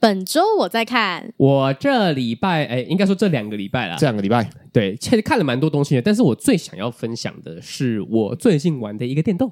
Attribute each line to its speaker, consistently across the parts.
Speaker 1: 本周我在看，
Speaker 2: 我这礼拜哎，应该说这两个礼拜啦
Speaker 3: 这，两个礼拜
Speaker 2: 对，其实看了蛮多东西的，但是我最想要分享的是我最近玩的一个电动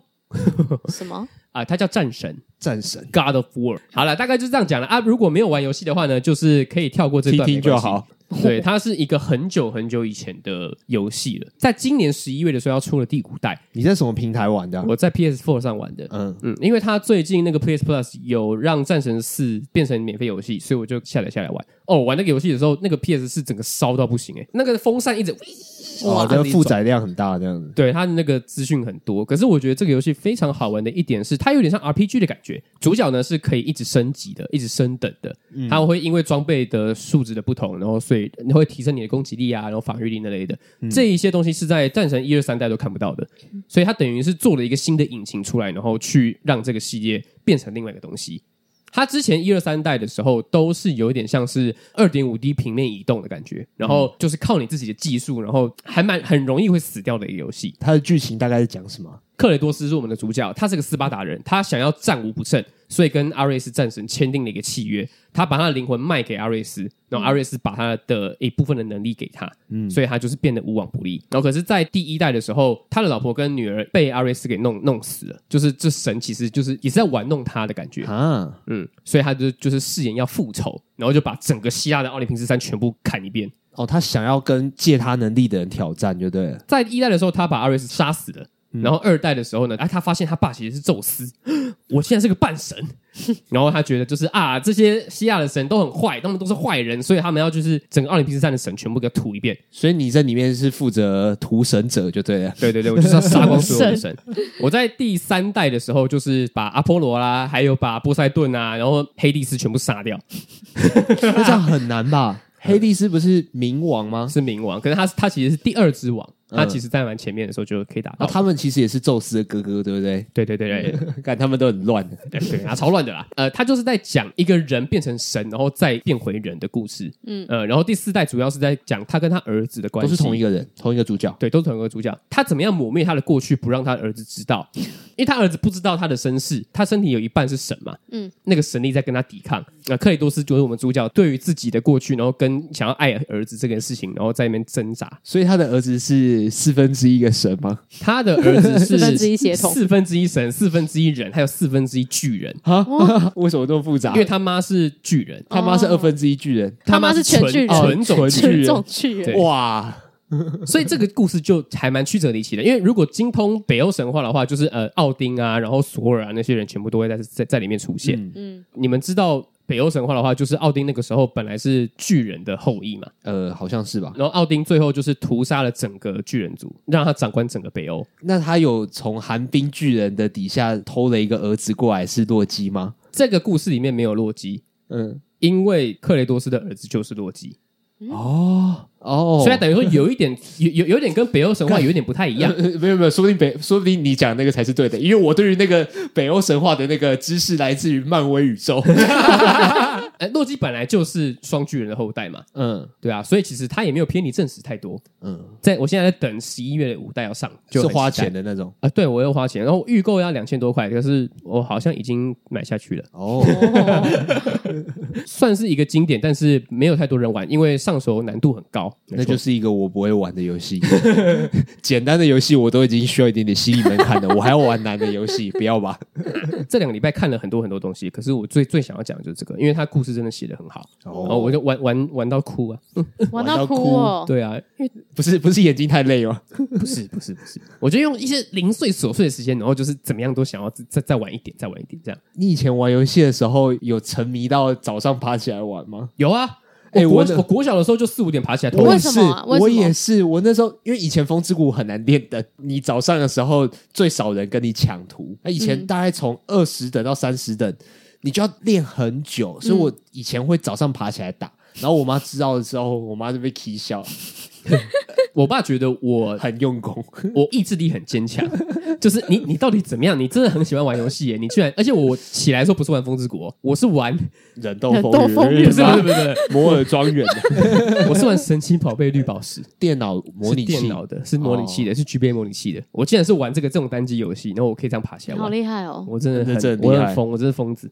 Speaker 1: 什么？
Speaker 2: 啊、它叫战神
Speaker 3: 战神
Speaker 2: God of War。好了，大概就是这样讲了啊。如果没有玩游戏的话呢，就是可以跳过这
Speaker 3: 听
Speaker 2: 段
Speaker 3: 听就。
Speaker 2: 没关系
Speaker 3: 好。
Speaker 2: 对，它是一个很久很久以前的游戏了，在今年十一月的时候要出了《第五代
Speaker 3: 你在什么平台玩的啊》，？
Speaker 2: 我在 PS4 上玩的。
Speaker 3: 嗯，
Speaker 2: 嗯，因为它最近那个 PS Plus 有让《战神四》变成免费游戏，所以我就下载下来玩。哦，玩那个游戏的时候，那个 PS 四整个烧到不行哎、那个风扇一直
Speaker 3: 哦，这
Speaker 2: 那
Speaker 3: 个
Speaker 2: 你
Speaker 3: 负载量很大，这样子。
Speaker 2: 对它的那个资讯很多，可是我觉得这个游戏非常好玩的一点是，它有点像 RPG 的感觉。主角呢是可以一直升级的，一直升等的。它会因为装备的数值的不同，然后所以你会提升你的攻击力啊，然后防御力那类的。这一些东西是在战神一二三代都看不到的，所以它等于是做了一个新的引擎出来，然后去让这个系列变成另外一个东西。它之前一二三代的时候都是有一点像是二点五 D 平面移动的感觉，然后就是靠你自己的技术，然后还蛮很容易会死掉的一个游戏。
Speaker 3: 它的剧情大概是讲什么？
Speaker 2: 克雷多斯是我们的主角，他是个斯巴达人，他想要战无不胜，所以跟阿瑞斯战神签订了一个契约，他把他的灵魂卖给阿瑞斯，然后阿瑞斯把他的一部分的能力给他，嗯，所以他就是变得无往不利。然后可是，在第一代的时候，他的老婆跟女儿被阿瑞斯给弄弄死了，就是这神其实就是也是在玩弄他的感觉，
Speaker 3: 啊，
Speaker 2: 嗯，所以他就就是誓言要复仇，然后就把整个希腊的奥林匹斯山全部砍一遍。
Speaker 3: 哦，他想要跟借他能力的人挑战，就对了。
Speaker 2: 在一代的时候，他把阿瑞斯杀死了。然后二代的时候呢，哎、他发现他爸其实是宙斯， 我现在是个半神。 然后他觉得就是啊，这些希腊的神都很坏，他们都是坏人，所以他们要就是整个奥林匹斯山的神全部给他吐一遍。
Speaker 3: 所以你在里面是负责屠神者，就对 了。
Speaker 2: 对 对对，我就是要杀光所有的神。我在第三代的时候，就是把阿波罗啦，还有把波塞顿啊，然后黑帝斯全部杀掉，
Speaker 3: 那这样很难 吧？黑帝斯不是冥王吗？
Speaker 2: 是冥王。可是他他其实是第二只王，他
Speaker 3: 嗯
Speaker 2: 其实在蛮前面的时候就可以打到。
Speaker 3: 啊，他们其实也是宙斯的哥哥，对不对？
Speaker 2: 对对对对，
Speaker 3: 看他们都很乱。
Speaker 2: 对对，啊，超乱的啦。呃，他就是在讲一个人变成神，然后再变回人的故事。嗯，呃，然后第四代主要是在讲他跟他儿子的关
Speaker 3: 都
Speaker 2: 系，
Speaker 3: 是同一
Speaker 2: 个，
Speaker 3: 个人，同一个主角。
Speaker 2: 对，都是同一个主角。他怎么样抹灭他的过去，不让他儿子知道，因为他儿子不知道他的身世，他身体有一半是神嘛，嗯
Speaker 1: 嗯，
Speaker 2: 那个神力在跟他抵抗。那、克里多斯就是我们主角，对于自己的过去，然后跟想要爱儿子这件事情，然后在那边挣扎。
Speaker 3: 所以他的儿子是四分之一个神吗？
Speaker 2: 他的儿子是
Speaker 1: 四分之一血统
Speaker 2: 四分之一神，四分之一人，还有四分之一巨人，
Speaker 3: 啊？ 为什么这么复杂？
Speaker 2: 因为他妈是巨人。
Speaker 3: 他妈是二分之一巨人。
Speaker 1: 他妈是全
Speaker 2: 纯
Speaker 1: 巨人
Speaker 2: 纯种巨人，
Speaker 1: 这种巨人
Speaker 2: 对
Speaker 3: 哇，
Speaker 2: 所以这个故事就还蛮曲折离奇的。因为如果精通北欧神话的话，就是呃奥丁啊，然后索尔啊那些人全部都会在在在里面出现。嗯
Speaker 1: 嗯，
Speaker 2: 你们知道北欧神话的话，就是奥丁那个时候本来是巨人的后裔嘛，
Speaker 3: 呃，好像是吧？
Speaker 2: 然后奥丁最后就是屠杀了整个巨人族，让他掌管整个北欧。
Speaker 3: 那他有从寒冰巨人的底下偷了一个儿子过来是洛基吗？
Speaker 2: 这个故事里面没有洛基。
Speaker 3: 嗯，
Speaker 2: 因为克雷多斯的儿子就是洛基，
Speaker 3: 哦哦
Speaker 2: 所以他等于说有一点有有有点跟北欧神话有一点不太一
Speaker 3: 一 样
Speaker 2: 样，，
Speaker 3: 没有没有，说不定北，说不定你讲那个才是对的，因为我对于那个北欧神话的那个知识来自于漫威 宇宙。
Speaker 2: 哎，洛基本来就是双巨人的后代嘛，
Speaker 3: 嗯
Speaker 2: 对啊，所以其实他也没有偏离正史太多。
Speaker 3: 嗯，
Speaker 2: 在我现在在等十一月的五代要上，就是很期待
Speaker 3: 花钱的那种。
Speaker 2: 啊、对我又花钱，然后预购要两千多块，可是我好像已经买下去了，
Speaker 3: 哦，
Speaker 1: 哦，
Speaker 2: 算是一个经典，但是没有太多人玩，因为上手难度很高。
Speaker 3: 那就是是一个我不会玩的游戏。 简单的游戏我都已经需要一点点心理门槛了，我还要玩难的游戏，不要吧？
Speaker 2: 这两个礼拜看了很多很多东西，可是我最最想要讲的就是这个，因为它故事真的写的很好，然后
Speaker 3: 哦，
Speaker 2: 我就玩玩玩到哭啊！
Speaker 1: 玩
Speaker 3: 到
Speaker 1: 到
Speaker 3: 哭
Speaker 1: 哭哦，
Speaker 2: 对啊，因为
Speaker 3: 不是不是眼睛太累哦吗？
Speaker 2: 不是不是不是，我就用一些零碎琐碎的时间，然后就是怎么样都想要再再再玩一点，再玩一点这样。
Speaker 3: 你以前玩游戏的时候有沉迷到早上爬起来玩吗？
Speaker 2: 有啊，
Speaker 3: 哎
Speaker 2: 我国
Speaker 3: 我的
Speaker 2: 我国小的时候就四五点爬起来偷
Speaker 1: 我
Speaker 2: 玩
Speaker 3: 也
Speaker 1: 为
Speaker 3: 是
Speaker 1: 什么啊，为什么
Speaker 3: 我也是，我那时候因为以前风之谷很难练的，你早上的时候最少人跟你抢图。那以前
Speaker 1: 嗯
Speaker 3: 大概从二十等到三十等，你就要练很久，所以我以前会早上爬起来打。然后我妈知道了之后，我妈就被踢笑。
Speaker 2: 我爸觉得我
Speaker 3: 很 用功，
Speaker 2: 我意志力很坚强，就是你你到底怎么样？你真的很喜欢玩游戏耶！你居然，而且我起来的时候不是玩风之国，我是玩
Speaker 3: 忍斗
Speaker 1: 忍斗
Speaker 3: 风
Speaker 1: 风
Speaker 3: 云，
Speaker 1: 云
Speaker 2: 不是不是不是，
Speaker 3: 摩尔庄园
Speaker 2: 我是玩神奇宝贝绿宝石，
Speaker 3: 电脑 模拟
Speaker 2: 是电
Speaker 3: 器，哦
Speaker 2: 脑的，是模拟器的，是 GBA 模拟器的。我竟然是玩这个这种单机游戏，然后我可以这样爬起来
Speaker 1: 好
Speaker 2: 玩，
Speaker 1: 厉害哦！
Speaker 2: 我真的
Speaker 3: 那真
Speaker 2: 很
Speaker 3: 的厉
Speaker 2: 我
Speaker 3: 害
Speaker 2: 很疯，我真是疯子。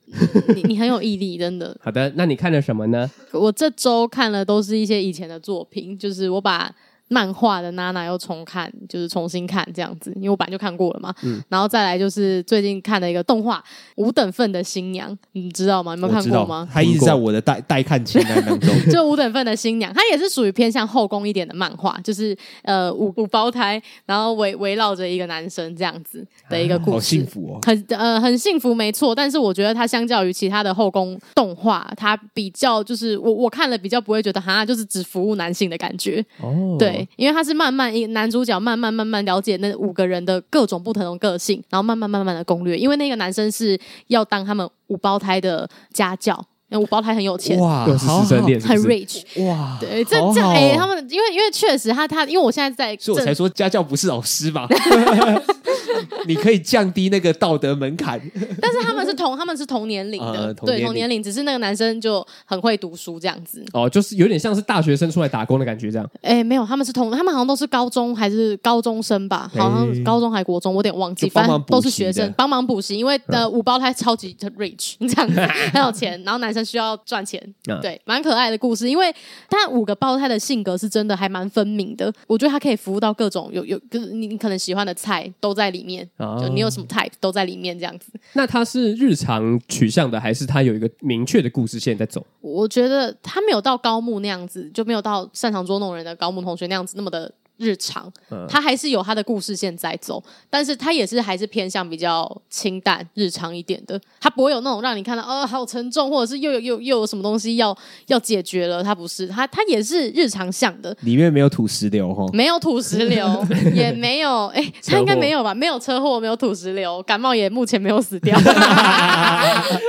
Speaker 1: 你你很有毅力，真的。
Speaker 2: 好的，那你看了什么呢？
Speaker 1: 我这周看了都是一些以前的作品，就是我把漫画的娜娜又重看，就是重新看这样子，因为我本来就看过了嘛。然后再来就是最近看了一个动画《五等份的新娘》，你知道吗？你们
Speaker 3: 我
Speaker 1: 看
Speaker 3: 知
Speaker 1: 过
Speaker 3: 道
Speaker 1: 吗？
Speaker 3: 他一直在我的待待看清单当中。
Speaker 1: 就五等份的新娘，它也是属于偏向后宫一点的漫画，就是呃五五胞胎，然后围围绕着一个男生这样子的一个 故
Speaker 3: 好
Speaker 1: 事
Speaker 3: 幸。福哦！
Speaker 1: 很呃很幸福，没错。但是我觉得它相较于其他的后宫动画，它比较就是我我看了比较不会觉得哈，就是只服务男性的感觉。
Speaker 2: 哦，
Speaker 1: 对，因为它是慢慢一男主角慢慢慢慢了解那五个人的各种不同的个性，然后慢慢慢慢的攻略。因为那个男生是要当他们五胞胎的家教，因为五胞胎很有钱，
Speaker 3: 哇
Speaker 2: 又是师生恋，是不
Speaker 1: 很
Speaker 2: 是
Speaker 1: rich。
Speaker 3: 哇！
Speaker 1: 对，这
Speaker 3: 好
Speaker 1: 这
Speaker 3: 好
Speaker 1: 哎、
Speaker 3: 哦
Speaker 1: 他们因为因为确实他他，因为我现在在
Speaker 3: 所以我
Speaker 1: 正
Speaker 3: 才说家教不是老师 嘛。你可以降低那个道德门槛，
Speaker 1: 但是他们是同他们是同年龄 的，
Speaker 3: 呃同
Speaker 1: 对
Speaker 3: 年
Speaker 1: 同
Speaker 3: 龄
Speaker 1: 年龄，只是那个男生就很会读书这样子。
Speaker 2: 哦，就是有点像是大学生出来打工的感觉，这样。
Speaker 1: 哎、没有，他们是同，他们好像都是高中还是高中生吧？
Speaker 2: 哎
Speaker 1: 好像高中还国中，我有点忘记，
Speaker 3: 就帮
Speaker 1: 反
Speaker 3: 忙
Speaker 1: 正
Speaker 3: 补习的嗯
Speaker 1: 都是学生帮忙补习，因为呃五胞胎超级 rich 这样 子，很有钱，然后男生需要赚钱，
Speaker 2: 嗯
Speaker 1: 对，蛮可爱的故事。因为他五个胞胎的性格是真的还蛮分明的，我觉得他可以服务到各种有有，就是你你可能喜欢的菜都在里面，
Speaker 2: 哦
Speaker 1: 就你有什么 type 都在里面这样子。
Speaker 2: 那它是日常取向的，还是它有一个明确的故事线在走？
Speaker 1: 我觉得他没有到高木那样子，就没有到擅长捉弄人的高木同学那样子那么的日常。他还是有他的故事线在走，但是他也是还是偏向比较清淡日常一点的。他不会有那种让你看到哦好沉重，或者是又有又又有什么东西要要解决了。他不是，他他也是日常向的。
Speaker 3: 里面没有土石流哈。
Speaker 1: 没有土石 流，也没有，哎、他
Speaker 2: 车祸
Speaker 1: 应该没有吧？没有车祸，没有土石流，感冒也目前没有死 掉，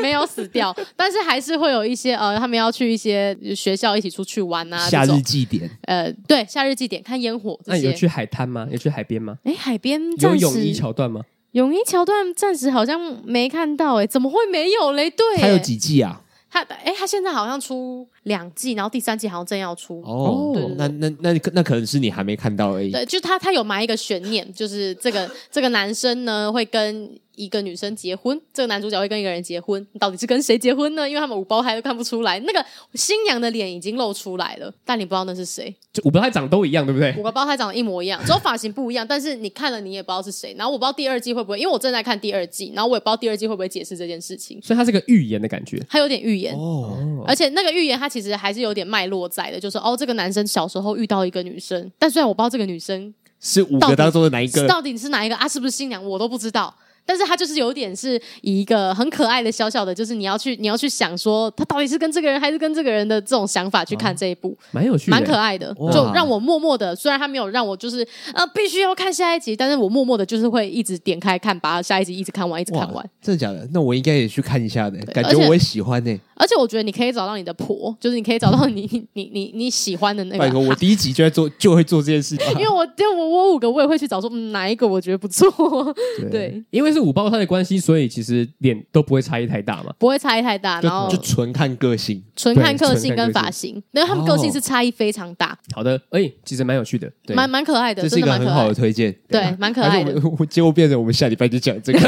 Speaker 1: 没有死掉，但是还是会有一些呃，他们要去一些学校一起出去玩啊，
Speaker 3: 夏
Speaker 1: 这
Speaker 3: 日
Speaker 1: 种
Speaker 3: 祭典，
Speaker 1: 呃，对，夏日祭典看烟火
Speaker 2: 那
Speaker 1: 这
Speaker 2: 你有
Speaker 1: 些。
Speaker 2: 去海滩吗？有去海边吗？
Speaker 1: 哎，海边
Speaker 2: 有
Speaker 1: 暂
Speaker 2: 泳
Speaker 1: 时
Speaker 2: 衣桥段吗？
Speaker 1: 泳衣桥段暂时好像没看到，哎，怎么会没有嘞？对，
Speaker 3: 它有几季啊？
Speaker 1: 他哎，他现在好像出两季，然后第三季好像正要出。
Speaker 3: 哦
Speaker 1: 对对，
Speaker 3: 那那那那可能是你还没看到而已。
Speaker 1: 对，就他他有埋一个悬念，就是这个这个男生呢会跟一个女生结婚，这个男主角会跟一个人结婚，到底是跟谁结婚呢？因为他们五胞胎都看不出来，那个新娘的脸已经露出来了，但你不知道那是谁。
Speaker 2: 就五胞胎长都一样，对不对？
Speaker 1: 五个胞胎长得一模一样，只有发型不一样，但是你看了你也不知道是谁。然后我不知道第二季会不会，因为我正在看第二季，然后我也不知道第二季会不会解释这件事情，
Speaker 2: 所以它是个预言的感觉。
Speaker 1: 它有点预言。
Speaker 3: 哦，
Speaker 1: 而且那个预言，它其实还是有点脉络在的，就是哦，这个男生小时候遇到一个女生，但虽然我不知道这个女生
Speaker 3: 是五
Speaker 1: 到
Speaker 3: 个
Speaker 1: 底
Speaker 3: 当中的哪一个？
Speaker 1: 到底是哪一个啊？是不是新娘？我都不知道。但是他就是有点是以一个很可爱的小小的，就是你要去你要去想说他到底是跟这个人还是跟这个人的这种想法去看这一部，
Speaker 2: 蛮有趣的，
Speaker 1: 蛮可爱的
Speaker 3: 啊哇。
Speaker 1: 就让我默默的，虽然他没有让我就是呃必须要看下一集，但是我默默的就是会一直点开看，把下一集一直看完，一直
Speaker 3: 哇
Speaker 1: 看完。，
Speaker 3: 真的假的？那我应该也去看一下的，感觉
Speaker 1: 而且
Speaker 3: 我会喜欢呢。
Speaker 1: 而且我觉得你可以找到你的婆，就是你可以找到你你你你喜欢的那
Speaker 3: 拜
Speaker 1: 个。
Speaker 3: 托，我第一集就在做，就会做这件事情。
Speaker 1: 因为我因为我我五个我也会去找说、嗯、哪一个我觉得不错， 对，
Speaker 2: 因为是五胞胎的关系，所以其实脸都不会差异太大嘛。
Speaker 1: 不会差异太大。然后
Speaker 3: 就就纯看个性。
Speaker 1: 纯
Speaker 2: 对
Speaker 1: 看个
Speaker 2: 纯
Speaker 1: 性
Speaker 2: 看
Speaker 1: 跟
Speaker 2: 个
Speaker 1: 发型，因为他们个性是差异非常大，
Speaker 2: 好的，哎、其实蛮有趣的。
Speaker 3: 哦对
Speaker 1: 蛮蛮可爱的，
Speaker 3: 这是
Speaker 1: 真
Speaker 3: 一
Speaker 1: 的
Speaker 3: 个
Speaker 1: 蛮可
Speaker 3: 很好
Speaker 1: 爱
Speaker 3: 的
Speaker 1: 的，
Speaker 3: 推荐，
Speaker 1: 对，蛮可爱
Speaker 3: 而且
Speaker 1: 的，
Speaker 3: 我我结果变成我们下礼拜就讲 这个。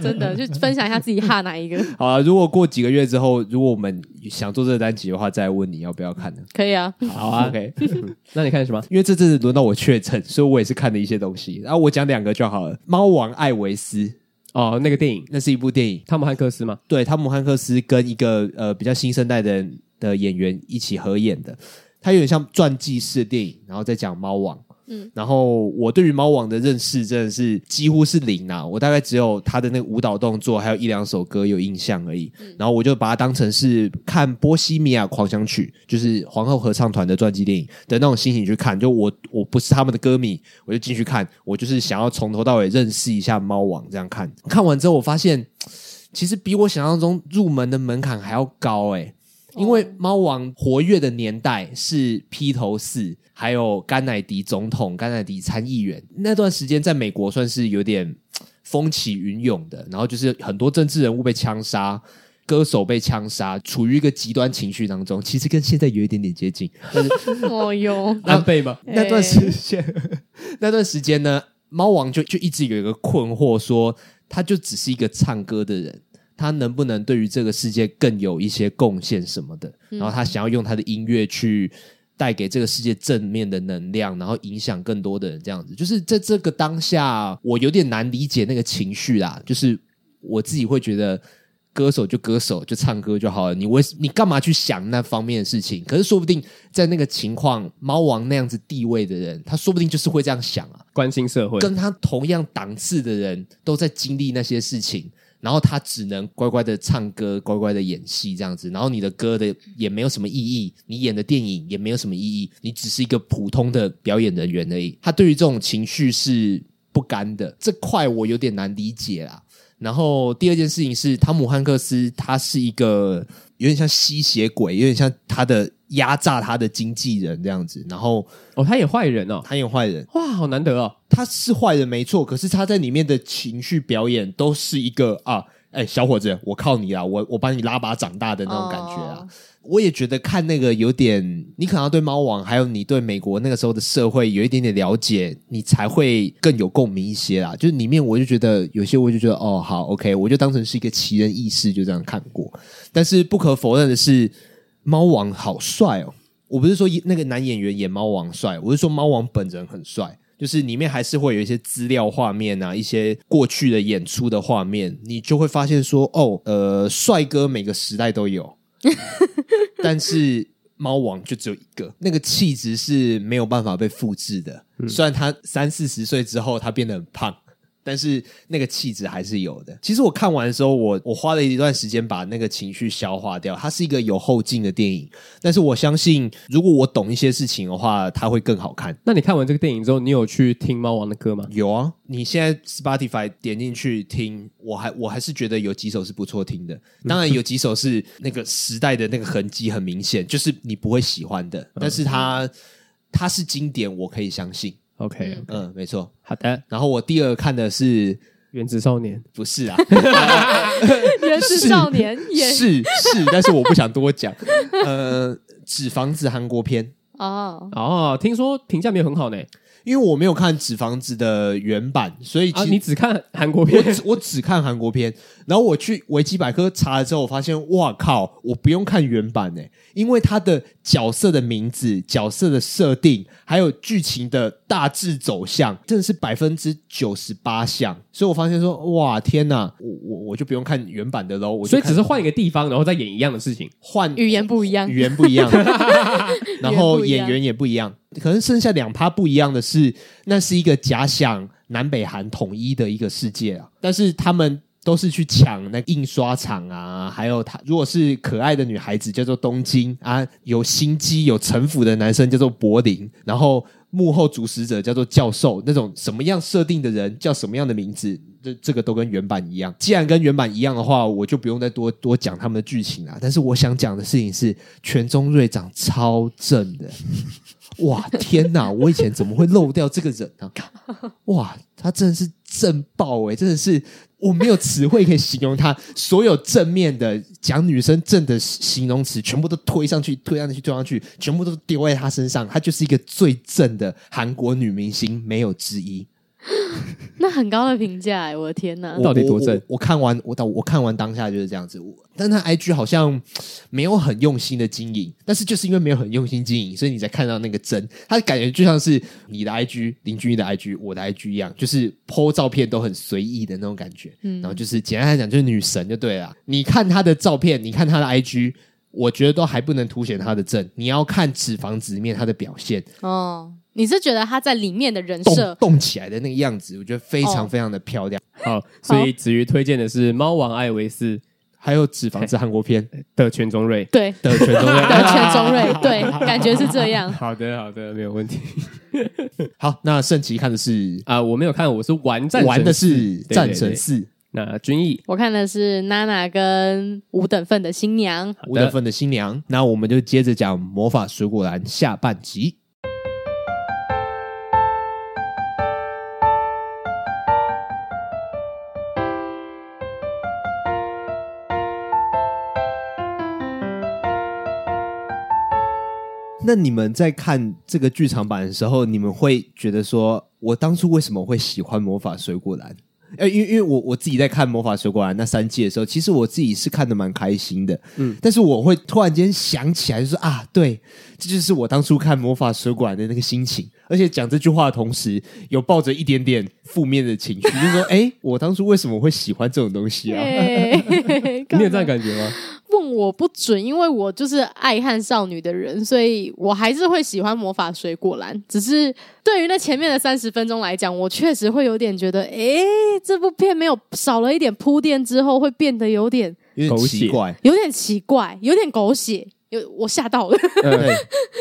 Speaker 1: 真的就分享一下自己哈哪一个，
Speaker 3: 好啊，如果过几个月之后，如果我们想做这个单集的话，再问你要不要看呢？
Speaker 1: 可以啊，
Speaker 2: 好 啊
Speaker 3: OK，
Speaker 2: 那你看什么？
Speaker 3: 因为这阵子轮到我确诊，所以我也是看了一些东西。然后我讲两个就好了，《猫王艾维斯》
Speaker 2: 哦，那个电影，
Speaker 3: 那是一部电影，
Speaker 2: 汤姆汉克斯嘛。
Speaker 3: 对汤姆汉克斯跟一个呃比较新生代的的演员一起合演的，它有点像传记式的电影，然后再讲猫王。嗯，然后我对于猫王的认识真的是几乎是零啊，我大概只有他的那个舞蹈动作，还有一两首歌有印象而已。然后我就把它当成是看《波西米亚狂想曲》，就是皇后合唱团的传记电影的那种心情去看。就我我不是他们的歌迷，我就进去看，我就是想要从头到尾认识一下猫王，这样看。看完之后，我发现其实比我想象中入门的门槛还要高诶、欸哦因为猫王活跃的年代是披头士，还有甘乃迪总统、甘乃迪参议员那段时间，在美国算是有点嘖风起云涌的。然后就是很多政治人物被枪杀，歌手被枪杀，处于一个极端情绪当中，其实跟现在有一点点接近。但 是
Speaker 1: 哦哟，
Speaker 2: 安倍吗？
Speaker 3: 那段时间， 那段时间呢，猫王就就一直有一个困惑说他就只是一个唱歌的人，他能不能对于这个世界更有一些贡献什么的？然后他想要用他的音乐去带给这个世界正面的能量，然后影响更多的人，这样子。就是在这个当下，我有点难理解那个情绪啦，就是我自己会觉得。歌手就歌手，就唱歌就好了。你为你干嘛去想那方面的事情？可是说不定在那个情况，猫王那样子地位的人，他说不定就是会这样想啊。
Speaker 2: 关心社会，
Speaker 3: 跟他同样档次的人都在经历那些事情，然后他只能乖乖的唱歌，乖乖的演戏这样子，然后你的歌的也没有什么意义，你演的电影也没有什么意义，你只是一个普通的表演人员而已。他对于这种情绪是不甘的，这块我有点难理解啦。然后第二件事情是，汤姆汉克斯他是一个有点像吸血鬼，有点像他的压榨他的经纪人这样子，然后
Speaker 2: 哦，他也坏人哦，
Speaker 3: 他演坏人。
Speaker 2: 哇，好难得哦，
Speaker 3: 他是坏人没错，可是他在里面的情绪表演都是一个啊，哎、小伙子，我靠你啦，啊我我把你拉拔长大的那种感觉啊。
Speaker 1: 哦
Speaker 3: 我也觉得看那个有点，你可能要对猫王，还有你对美国那个时候的社会有一点点了解，你才会更有共鸣一些啦。就是里面我就觉得有些我就觉得哦好 OK，我就当成是一个奇人异事就这样看过。但是不可否认的是，猫王好帅哦！我不是说那个男演员演猫王帅，我是说猫王本人很帅。就是里面还是会有一些资料画面啊，一些过去的演出的画面，你就会发现说，哦，呃，帅哥每个时代都有，但是猫王就只有一个，那个气质是没有办法被复制的。虽然他三四十岁之后他变得很胖，但是那个气质还是有的。其实我看完的时候，我我花了一段时间把那个情绪消化掉。它是一个有后劲的电影，但是我相信，如果我懂一些事情的话，它会更好看。
Speaker 2: 那你看完这个电影之后，你有去听猫王的歌吗？
Speaker 3: 有啊，你现在 Spotify 点进去听，我还我还是觉得有几首是不错听的。当然有几首是那个时代的那个痕迹很明显，就是你不会喜欢的，但是它它是经典，我可以相信。
Speaker 2: OK，、
Speaker 3: 嗯，没错。
Speaker 2: 好的，
Speaker 3: 然后我第二看的是
Speaker 2: 原子少年，
Speaker 3: 不是啊？
Speaker 1: 原始少年也
Speaker 3: 是是，但是我不想多讲。 呃，纸房子韩国片，
Speaker 1: 哦，
Speaker 2: 哦，听说评价没有很好呢，啊
Speaker 3: 因为我没有看纸房子的原版，所以其
Speaker 2: 啊，
Speaker 3: 实
Speaker 2: 你只看韩国
Speaker 3: 我
Speaker 2: 片，
Speaker 3: 只我只看韩国片，然后我去维基百科查了之后，我发现，哇靠，我不用看原版诶、欸因为它的角色的名字、角色的设定，还有剧情的大致走向，真的是百分之九十八项，所以我发现说，哇天哪，我我我就不用看原版的喽，我就
Speaker 2: 所以
Speaker 3: 看
Speaker 2: 只是换一个地方，然后再演一样的事情。
Speaker 3: 换
Speaker 1: 语言不一样
Speaker 3: 语，言不一样， 然后
Speaker 1: 语言不一样
Speaker 3: 演员也不一样，可能剩下两趴不一样的是，那是一个假想南北韩统一的一个世界啊，但是他们。都是去抢那印刷厂啊，还有他如果是可爱的女孩子叫做东京啊，有心机有城府的男生叫做柏林，然后幕后主使者叫做教授，那种什么样设定的人叫什么样的名字，这这个都跟原版一样。既然跟原版一样的话，我就不用再多多讲他们的剧情啦。但是我想讲的事情是，全中瑞长超正的，哇天哪！我以前怎么会漏掉这个人呢、哇，他真的是正爆哎、真的是我没有词汇可以形容他，所有正面的讲女生正的形容词全部都推上去，推上去，推上去，全部都丢在他身上，他就是一个最正的韩国女明星，没有之一。
Speaker 1: 那很高的评价哎，我的天哪
Speaker 3: 我！
Speaker 2: 到底多正
Speaker 3: 我我我看完我到我看完当下就是这样子，我但他 IG 好像没有很用心的经营，但是就是因为没有很用心经营，所以你才看到那个真，他感觉就像是你的 IG、林俊逸的 IG、我的 IG 一样，就是 PO 照片都很随意的那种感觉。
Speaker 2: 嗯
Speaker 3: 然后就是简单来讲，就是女神就对了。你看她的照片，你看她的 IG。我觉得都还不能凸显她的正，你要看脂肪子里面她的表现，
Speaker 1: 哦，你是觉得他在里面的人
Speaker 3: 动
Speaker 1: 设
Speaker 3: 动起来的那个样子，我觉得非常
Speaker 1: 哦
Speaker 3: 非常的漂亮。
Speaker 2: 好，所以子瑜推荐的是《猫王艾维斯
Speaker 3: 还有脂肪子韩国片，》
Speaker 2: 的全中瑞。
Speaker 1: 对
Speaker 3: 的全都 在。
Speaker 1: 的全中瑞，对，感觉是这样。
Speaker 2: 好的，好的，没有问题
Speaker 3: 好，那圣奇看的是
Speaker 2: 啊、我没有看，我是玩战
Speaker 3: 玩的
Speaker 2: 神四
Speaker 3: 是
Speaker 2: 对对
Speaker 3: 战神
Speaker 2: 对
Speaker 3: 四，
Speaker 2: 那君毅，
Speaker 1: 我看的是娜娜跟五等份的新娘。
Speaker 3: 五等份的新娘。那我们就接着讲《魔法水果篮》下半集。那你们在看这个剧场版的时候，你们会觉得说，我当初为什么会喜欢魔法水果篮？呃，因为因为我我自己在看《魔法水果篮》那三季的时候，其实我自己是看的蛮开心的，嗯，但是我会突然间想起来就说啊，对，这就是我当初看《魔法水果篮》的那个心情。而且讲这句话的同时，有抱着一点点负面的情绪，就是说， 哎、我当初为什么会喜欢这种东西啊？
Speaker 1: 嘿嘿嘿 嘿
Speaker 2: 你有
Speaker 1: 干嘛
Speaker 2: 这样感觉 吗？
Speaker 1: 问我不准，因为我就是爱看少女的人，所以我还是会喜欢魔法水果篮。只是对于那前面的三十分钟来讲，我确实会有点觉得，诶，这部片没有少了一点铺垫之后，会变得有点
Speaker 3: 有点
Speaker 2: 狗
Speaker 3: 奇
Speaker 2: 血
Speaker 3: 怪，
Speaker 1: 有点奇怪，有点狗血。有我吓到 了，
Speaker 3: 对，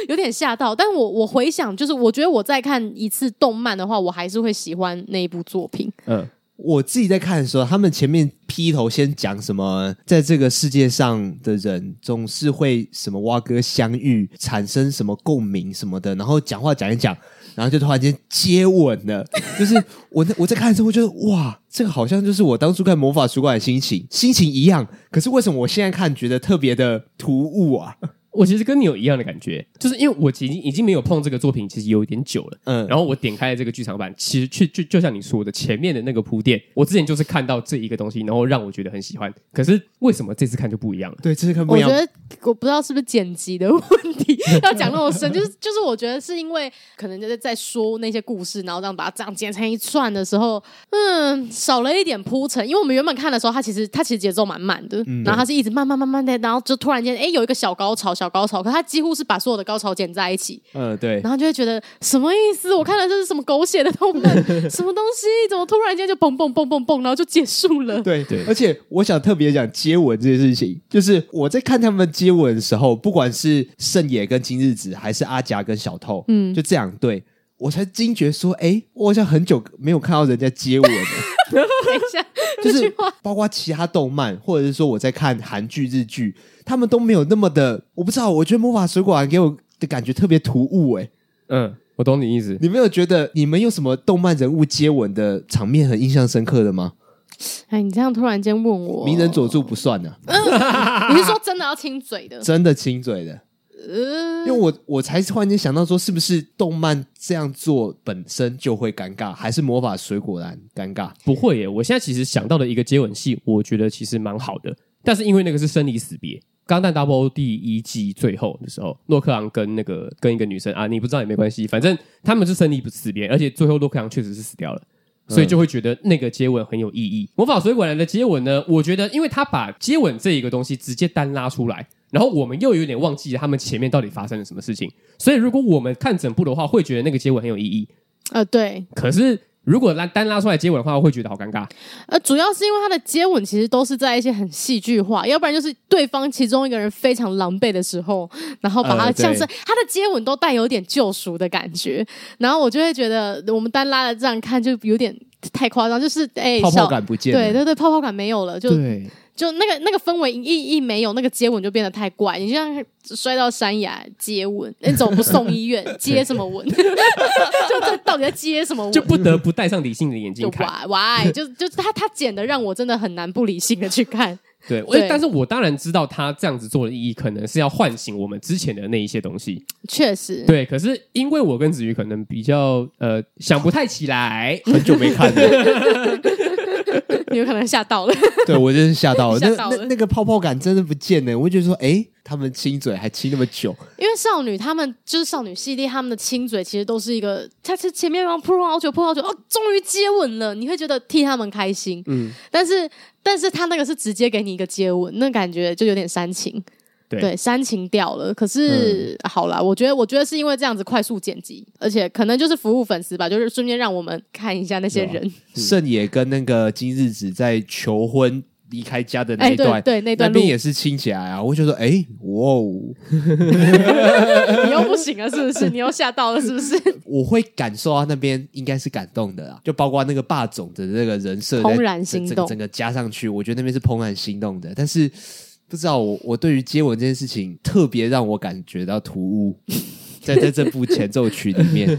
Speaker 1: 有点吓到。但我我回想，就是我觉得我再看一次动漫的话，我还是会喜欢那一部作品。
Speaker 2: 嗯，
Speaker 3: 我自己在看的时候，他们前面劈头先讲什么，在这个世界上的人总是会什么蛙哥相遇，产生什么共鸣什么的，然后讲话讲一讲，然后就突然间接吻了。就是我在我在看的时候，我觉得哇，这个好像就是我当初看《魔法水管》的心情，心情一样。可是为什么我现在看觉得特别的突兀啊？
Speaker 2: 我其实跟你有一样的感觉，就是因为我已经已经没有碰这个作品，其实有一点久了。
Speaker 3: 嗯，
Speaker 2: 然后我点开了这个剧场版，其实去就就像你说的，前面的那个铺垫，我之前就是看到这一个东西，然后让我觉得很喜欢。可是为什么这次看就不一样了？
Speaker 3: 对，这是看不
Speaker 1: 我
Speaker 3: 一
Speaker 1: 觉
Speaker 3: 样。
Speaker 1: 得我不知道是不是剪辑的问 题，要讲那么深，就是就是我觉得是因为可能就是在说那些故事，然后这样把它这样剪成一串的时候，嗯，少了一点铺陈，因为我们原本看的时候，它其实它其实节奏蛮慢的，
Speaker 3: 嗯
Speaker 1: 然后它是一直慢慢慢慢的，然后就突然间哎有一个小高潮，小高潮，可它几乎是把所有的高潮剪在一起，
Speaker 3: 嗯，对
Speaker 1: 然，后就会觉得什么意思？我看了这是什么狗血的动 漫，什么东西？怎么突然间就嘣嘣嘣嘣嘣，然后就结束 了？
Speaker 3: 对
Speaker 2: 对
Speaker 3: 而且我想特别讲接吻这件事情，就是我在看他们接吻的时候，不管是圣野跟金日子，还是阿甲跟小透，嗯，就这样对。我才惊觉说，哎、我好像很久没有看到人家接吻了，
Speaker 1: 等一下，
Speaker 3: 就
Speaker 1: 这
Speaker 3: 是
Speaker 1: 句话
Speaker 3: 包括其他动漫，或者是说我在看韩剧、日剧，他们都没有那么的，我不知道，我觉得《魔法水果篮》给我的感觉特别突兀、诶哎，
Speaker 2: 嗯，我懂你意思。
Speaker 3: 你没有觉得你们有什么动漫人物接吻的场面很印象深刻的吗？
Speaker 1: 哎，你这样突然间问我，
Speaker 3: 鸣人佐助不算啊呢、
Speaker 1: 你是说真的要亲嘴的？
Speaker 3: 真的亲嘴的。因为
Speaker 1: 呃，
Speaker 3: 我我才突然间想到说，是不是动漫这样做本身就会尴尬，还是魔法水果篮尴尬？
Speaker 2: 不会耶，我现在其实想到的一个接吻戏，我觉得其实蛮好的，但是因为那个是生离死别，《钢弹 Double》第一季最后的时候，洛克昂跟那个跟一个女生啊，你不知道也没关系，反正他们是生离死别，而且最后洛克昂确实是死掉了。所以就会觉得那个接吻很有意义。魔法水果篮的接吻呢，我觉得因为他把接吻这一个东西直接单拉出来，然后我们又有点忘记他们前面到底发生了什么事情。所以如果我们看整部的话，会觉得那个接吻很有意义。
Speaker 1: 呃，对，
Speaker 2: 可是如果拉单拉出来接吻的话，会觉得好尴尬。
Speaker 1: 呃，主要是因为他的接吻其实都是在一些很戏剧化，要不然就是对方其中一个人非常狼狈的时候，然后把他
Speaker 3: 呃
Speaker 1: 像是、
Speaker 3: 对
Speaker 1: 他的接吻都带有点救赎的感觉，然后我就会觉得我们单拉的这样看就有点太夸张，就是哎，
Speaker 3: 泡泡
Speaker 1: 小
Speaker 3: 感不见了，
Speaker 1: 对对对，泡泡感没有了，就
Speaker 2: 对，
Speaker 1: 就那个那个氛围一一没有，那个接吻就变得太怪，你就像摔到山崖接吻，那怎么不送医院接什么 吻？就这到底在接什么吻？
Speaker 2: 就不得不戴上理性的眼
Speaker 1: 就
Speaker 2: 睛看。
Speaker 1: why why 就就是他他剪的让我真的很难不理性的去看，
Speaker 2: 对，
Speaker 1: 对
Speaker 2: 但是我当然知道他这样子做的意义，可能是要唤醒我们之前的那一些东西。
Speaker 1: 确实。
Speaker 2: 对，可是因为我跟子瑜可能比较呃想不太 起来，
Speaker 1: 嗯
Speaker 3: 很久没看了，
Speaker 1: 你有可能吓到了，
Speaker 3: 对我真是吓到了，
Speaker 1: 吓
Speaker 3: 那
Speaker 1: 到
Speaker 3: 那
Speaker 1: 了
Speaker 3: 那个泡泡感真的不见了，我就觉得说，哎，他们亲嘴还亲那么久，
Speaker 1: 因为少女她们就是少女系列，她们的亲嘴其实都是一个，她是前面然后扑通好久扑通好久，哦，终于接吻了，你会觉得替她们开心，
Speaker 2: 嗯，
Speaker 1: 但是但是她那个是直接给你一个接吻，那感觉就有点煽情，
Speaker 2: 对
Speaker 1: 对，煽情掉了。可是、
Speaker 3: 嗯
Speaker 1: 好啦，我觉得，我觉得是因为这样子快速剪辑，而且可能就是服务粉丝吧，就是顺便让我们看一下那些人。
Speaker 3: 圣野跟那个金日子在求婚离开家的那一段，
Speaker 1: 哎对对那段路
Speaker 3: 边也是亲起来啊。我就说，哎，哇哦，
Speaker 1: 你又不行了，是不 是？你又吓到了，是不是？
Speaker 3: 我会感受到那边应该是感动的啊，就包括那个霸总的那个人设
Speaker 1: 怦然
Speaker 3: 在
Speaker 1: 心
Speaker 3: 整
Speaker 1: 动
Speaker 3: 整整个加上去，我觉得那边是怦然心动的。但是不知道我我对于接吻这件事情特别让我感觉到 突兀，在在这部前奏曲里面，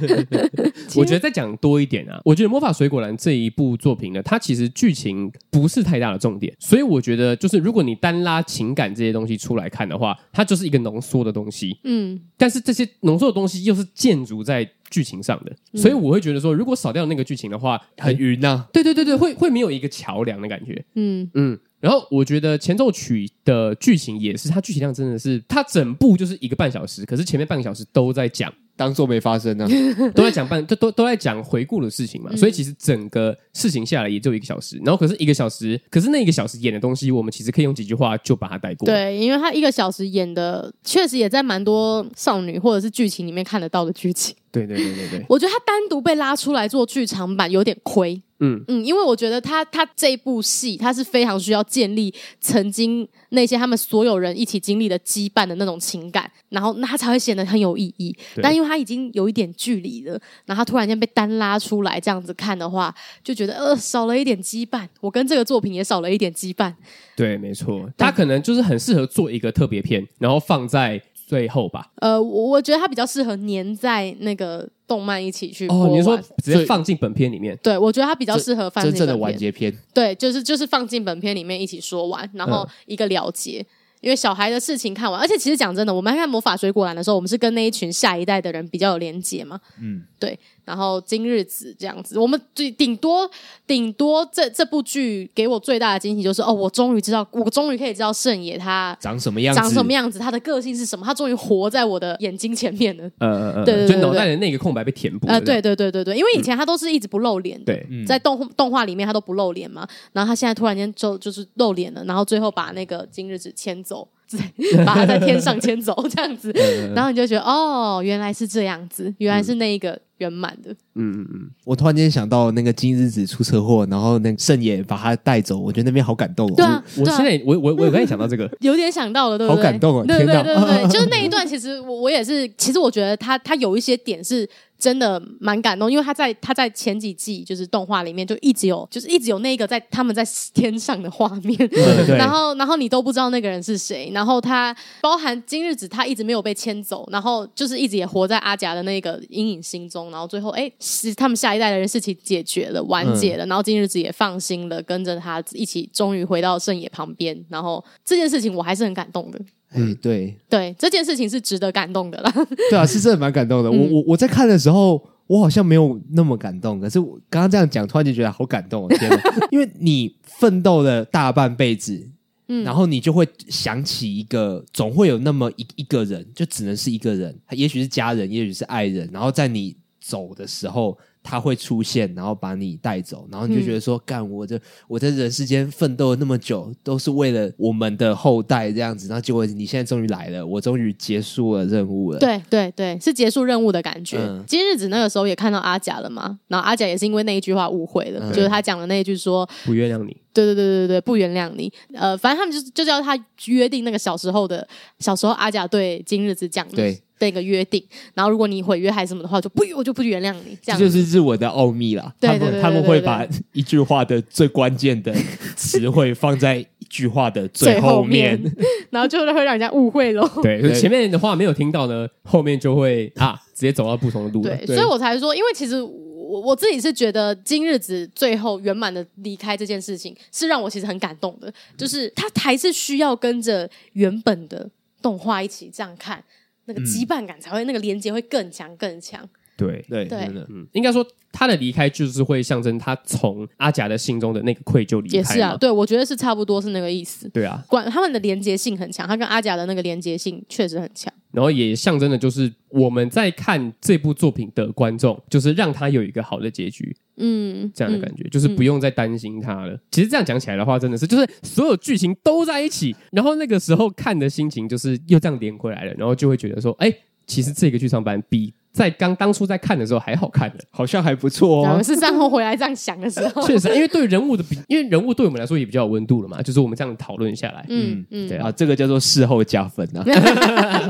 Speaker 2: 我觉得再讲多一点啊，我觉得《魔法水果篮》这一部作品呢，它其实剧情不是太大的重点，所以我觉得就是如果你单拉情感这些东西出来看的话，它就是一个浓缩的东西。
Speaker 1: 嗯，
Speaker 2: 但是这些浓缩的东西又是建筑在剧情上的，
Speaker 1: 嗯
Speaker 2: 所以我会觉得说，如果少掉那个剧情的话，
Speaker 3: 很
Speaker 2: 很
Speaker 3: 晕呐、啊。
Speaker 2: 对对对对，会会没有一个桥梁的感觉。
Speaker 1: 嗯，
Speaker 2: 嗯，然后我觉得前奏曲的剧情也是，它剧情量真的是，它整部就是一个半小时，可是前面半个小时都在 讲，
Speaker 3: 当做没发 生呢、啊，
Speaker 2: 都在讲半，都都都在讲回顾的事情嘛，所以其实整个事情下来也就一个小时，然后可是一个小时，可是那一个小时演的东西，我们其实可以用几句话就把它带过。，
Speaker 1: 对，因为他一个小时演的，确实也在蛮多少女或者是剧情里面看得到的剧情。
Speaker 2: 对对对对对，
Speaker 1: 我觉得他单独被拉出来做剧场版有点亏。
Speaker 2: 嗯
Speaker 1: 嗯，因为我觉得他他这一部戏，他是非常需要建立曾经那些他们所有人一起经历的羁绊的那种情感，然后那他才会显得很有意义。
Speaker 2: 对
Speaker 1: 但因为他已经有一点距离了，然后他突然间被单拉出来这样子看的话，就觉得呃少了一点羁绊，我跟这个作品也少了一点羁绊。
Speaker 2: 对，没错，它可能就是很适合做一个特别篇，然后放在最后吧。
Speaker 1: 呃，我我觉得他比较适合粘在那个动漫一起去播
Speaker 2: 哦，你说
Speaker 1: 完
Speaker 2: 直接放进本片里面，
Speaker 1: 对，我觉得他比较适合放
Speaker 3: 真
Speaker 1: 进
Speaker 3: 正的
Speaker 1: 本
Speaker 3: 完
Speaker 1: 片
Speaker 3: 结篇。
Speaker 1: 对，就是就是放进本片里面一起说完，然后一个了结。因为小孩的事情看完，而且其实讲真的，我们在看《魔法水果篮》的时候，我们是跟那一群下一代的人比较有连结嘛，
Speaker 3: 嗯，
Speaker 1: 对。然后今日子这样子，我们最顶多顶多这这部剧给我最大的惊喜就是，哦，我终于知道，我终于可以知道圣野他
Speaker 3: 长什么样子？
Speaker 1: 长什么样子，他的个性是什么，他终于活在我的眼睛前面了。
Speaker 2: 呃呃呃，
Speaker 1: 对对对
Speaker 2: 就
Speaker 1: 对
Speaker 2: 脑袋的那个空白被填补。
Speaker 1: 呃，
Speaker 2: 不
Speaker 1: 对对对对对，因为以前他都是一直不露脸的，
Speaker 2: 啊对，
Speaker 3: 嗯
Speaker 1: 在动动画里面他都不露脸嘛，然后他现在突然间就就是露脸了，然后最后把那个今日子牵走， 把他在天上牵走这样
Speaker 3: 嗯
Speaker 1: 子，然后你就觉得哦，原来是这样子，原来是那一个圆满的，
Speaker 2: 嗯嗯嗯，
Speaker 3: 我突然间想到那个金日子出车祸，然后那个圣野把他带走，我觉得那边好感动哦。
Speaker 1: 对啊，
Speaker 2: 我
Speaker 1: 对啊
Speaker 2: 现。在我我我刚才想到 这个，
Speaker 1: 有点想到了，对不对？
Speaker 3: 好感动哦
Speaker 1: 对对
Speaker 3: 天哪
Speaker 1: 对对 对，就是那一段，其实我我也是，其实我觉得他他有一些点是真的蛮感动，因为他在他在前几季就是动画里面就一直有，就是一直有那个在他们在天上的画面，
Speaker 3: 对嗯对
Speaker 1: 然后然后你都不知道那个人是谁，然后他包含今日子他一直没有被牵走，然后就是一直也活在阿甲的那个阴影心中，然后最后哎是他们下一代的人事情解决了完结
Speaker 3: 嗯
Speaker 1: 了，然后今日子也放心了，跟着他一起终于回到圣野旁边，然后这件事情我还是很感动的，
Speaker 3: 嗯，对，
Speaker 1: 对这件事情是值得感动的 啦，
Speaker 3: 对啊，是真的蛮感动的。我我我在看的时候，我好像没有那么感动，可是我刚刚这样讲，突然就觉得好感动、哦，天哪！因为你奋斗了大半辈子，
Speaker 1: 嗯
Speaker 3: 然后你就会想起一个，总会有那么一一个人，就只能是一个人，他也许是家人，也许是爱人，然后在你走的时候。他会出现，然后把你带走，然后你就觉得说：“干，我这我在人世间奋斗了那么久，都是为了我们的后代这样子。”然后结果你现在终于来了，我终于结束了任务了。
Speaker 1: 对对对，是结束任务的感觉。
Speaker 3: 嗯
Speaker 1: 今日子那个时候也看到阿甲了嘛，然后阿甲也是因为那一句话误会了，
Speaker 3: 嗯
Speaker 1: 就是他讲的那一句说
Speaker 2: 不原谅你。
Speaker 1: 对对对对对，不原谅你。呃，反正他们就是就叫他约定那个小时候的小时候阿甲对今日子讲的
Speaker 3: 对
Speaker 1: 那个约定，然后如果你毁约还是什么的话，就不我就不原谅你。这
Speaker 3: 这
Speaker 1: 样
Speaker 3: 就是日文的奥秘啦。
Speaker 1: 对
Speaker 3: 他
Speaker 1: 对
Speaker 3: 们
Speaker 1: 对
Speaker 3: 他们
Speaker 1: 对
Speaker 3: 会
Speaker 1: 对
Speaker 3: 把一句话的最关键的词汇放在一句话的最后面。
Speaker 1: 最然后就会让人家误会咯。
Speaker 2: 对，
Speaker 3: 对
Speaker 2: 前面的话没有听到呢，后面就会啊，直接走到不同的路了。
Speaker 1: 对，所以我才说，因为其实我我自己是觉得今日子最后圆满的离开这件事情，是让我其实很感动的，就是他还是需要跟着原本的动画一起这样看。那个
Speaker 3: 嗯
Speaker 1: 羁绊感才会，那个连接会更强更强。
Speaker 2: 对，
Speaker 3: 对
Speaker 1: 对
Speaker 3: 真的
Speaker 2: 嗯，应该说他的离开就是会象征他从阿甲的心中的那个愧疚离开
Speaker 1: 也是啊，
Speaker 2: 嘛，
Speaker 1: 对我觉得是差不多是那个意思。
Speaker 2: 对啊，
Speaker 1: 管他们的连接性很强，他跟阿甲的那个连接性确实很强。
Speaker 2: 然后也象征的就是我们在看这部作品的观众，就是让他有一个好的结局
Speaker 1: 嗯，
Speaker 2: 这样的感觉，就是不用再担心他了。其实这样讲起来的话，真的是就是所有剧情都在一起，然后那个时候看的心情就是又这样连回来了，然后就会觉得说，哎。其实这个剧场版比在刚当初在看的时候还好看 的。
Speaker 3: 好像还不错
Speaker 1: 我
Speaker 3: 哦
Speaker 1: 们。是战后回来这样想的时候，
Speaker 2: 确实，因为对人物的比，因为人物对我们来说也比较有温度了嘛，就是我们这样讨论下 来，
Speaker 1: 嗯嗯，
Speaker 2: 对
Speaker 3: 啊，
Speaker 2: 啊，
Speaker 3: 这个叫做事后加分啊。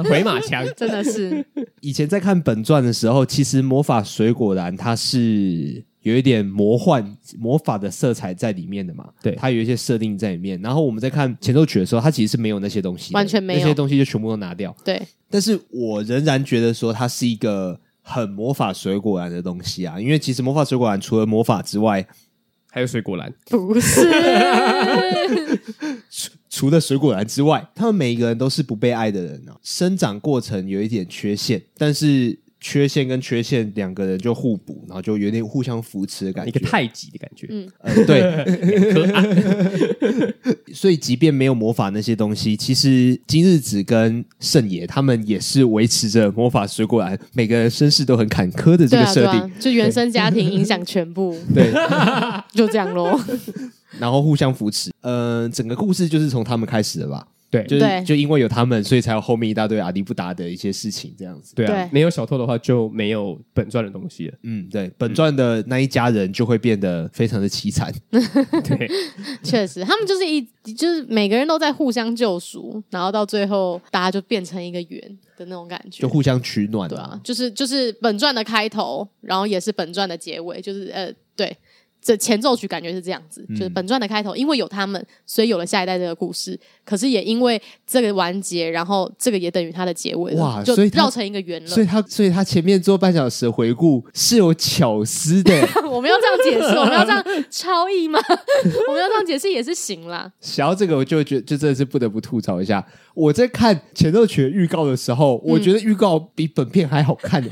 Speaker 2: 回马枪，
Speaker 1: 真的是，
Speaker 3: 以前在看本传的时候，其实魔法水果篮它是有一点魔幻魔法的色彩在里面的嘛，
Speaker 2: 对
Speaker 3: 它有一些设定在里面。然后我们在看前奏曲的时候，它其实是没有那些东西的，
Speaker 1: 完全没有
Speaker 3: 那些东西就全部都拿掉。
Speaker 1: 对，
Speaker 3: 但是我仍然觉得说它是一个很魔法水果篮的东西啊，因为其实魔法水果篮除了魔法之外，
Speaker 2: 还有水果篮，
Speaker 1: 不 是，啊
Speaker 3: 除了水果篮之外，他们每一个人都是不被爱的人啊。生长过程有一点缺陷，但是缺陷跟缺陷两个人就互补，然后就有点互相扶持的感
Speaker 2: 一
Speaker 3: 觉
Speaker 2: 个。太极的感觉，
Speaker 1: 嗯
Speaker 3: 呃、对，所以即便没有魔法那些东西，其实今日子跟圣爷他们也是维持着魔法水果篮，每个人身世都很坎坷的这
Speaker 1: 对
Speaker 3: 个
Speaker 1: 啊对
Speaker 3: 设定。
Speaker 1: 啊，就原生家庭影响全部，
Speaker 3: 对，
Speaker 1: 就这样咯。
Speaker 3: 然后互相扶持。嗯、整个故事就是从他们开始的吧？
Speaker 2: 对
Speaker 3: 就
Speaker 1: 对
Speaker 3: 是就因为有他们，所以才有后面一大堆阿迪不达的一些事情这样子。
Speaker 2: 对啊
Speaker 1: 对，
Speaker 2: 没有小偷的话就没有本传的东西了，
Speaker 3: 嗯，对，本传的那一家人就会变得非常的凄惨。
Speaker 2: 对，
Speaker 1: 确实，他们就是一就是每个人都在互相救赎，然后到最后大家就变成一个圆的那种感觉
Speaker 3: 就。互相取暖
Speaker 1: 对啊，就是就是本传的开头，然后也是本传的结尾，就是呃，对，这前奏曲感觉是这样子，就是
Speaker 3: 嗯
Speaker 1: 本传的开头，因为有他们，所以有了下一代这个故事。可是也因为这个完结，然后这个也等于它的结尾了，
Speaker 3: 哇
Speaker 1: 就
Speaker 3: 所以它
Speaker 1: 绕成一个圆
Speaker 3: 所
Speaker 1: 了。
Speaker 3: 以他，所以他前面做半小时的回顾是有巧思 的，
Speaker 1: 我们要这样解释，我们要这 样超译吗？我们要这样解释也是行啦。
Speaker 3: 想到这个，我就觉得就真的是不得不吐槽一下。我在看前奏曲的预告的时候，我
Speaker 1: 嗯
Speaker 3: 觉得预告比本片还好看、欸，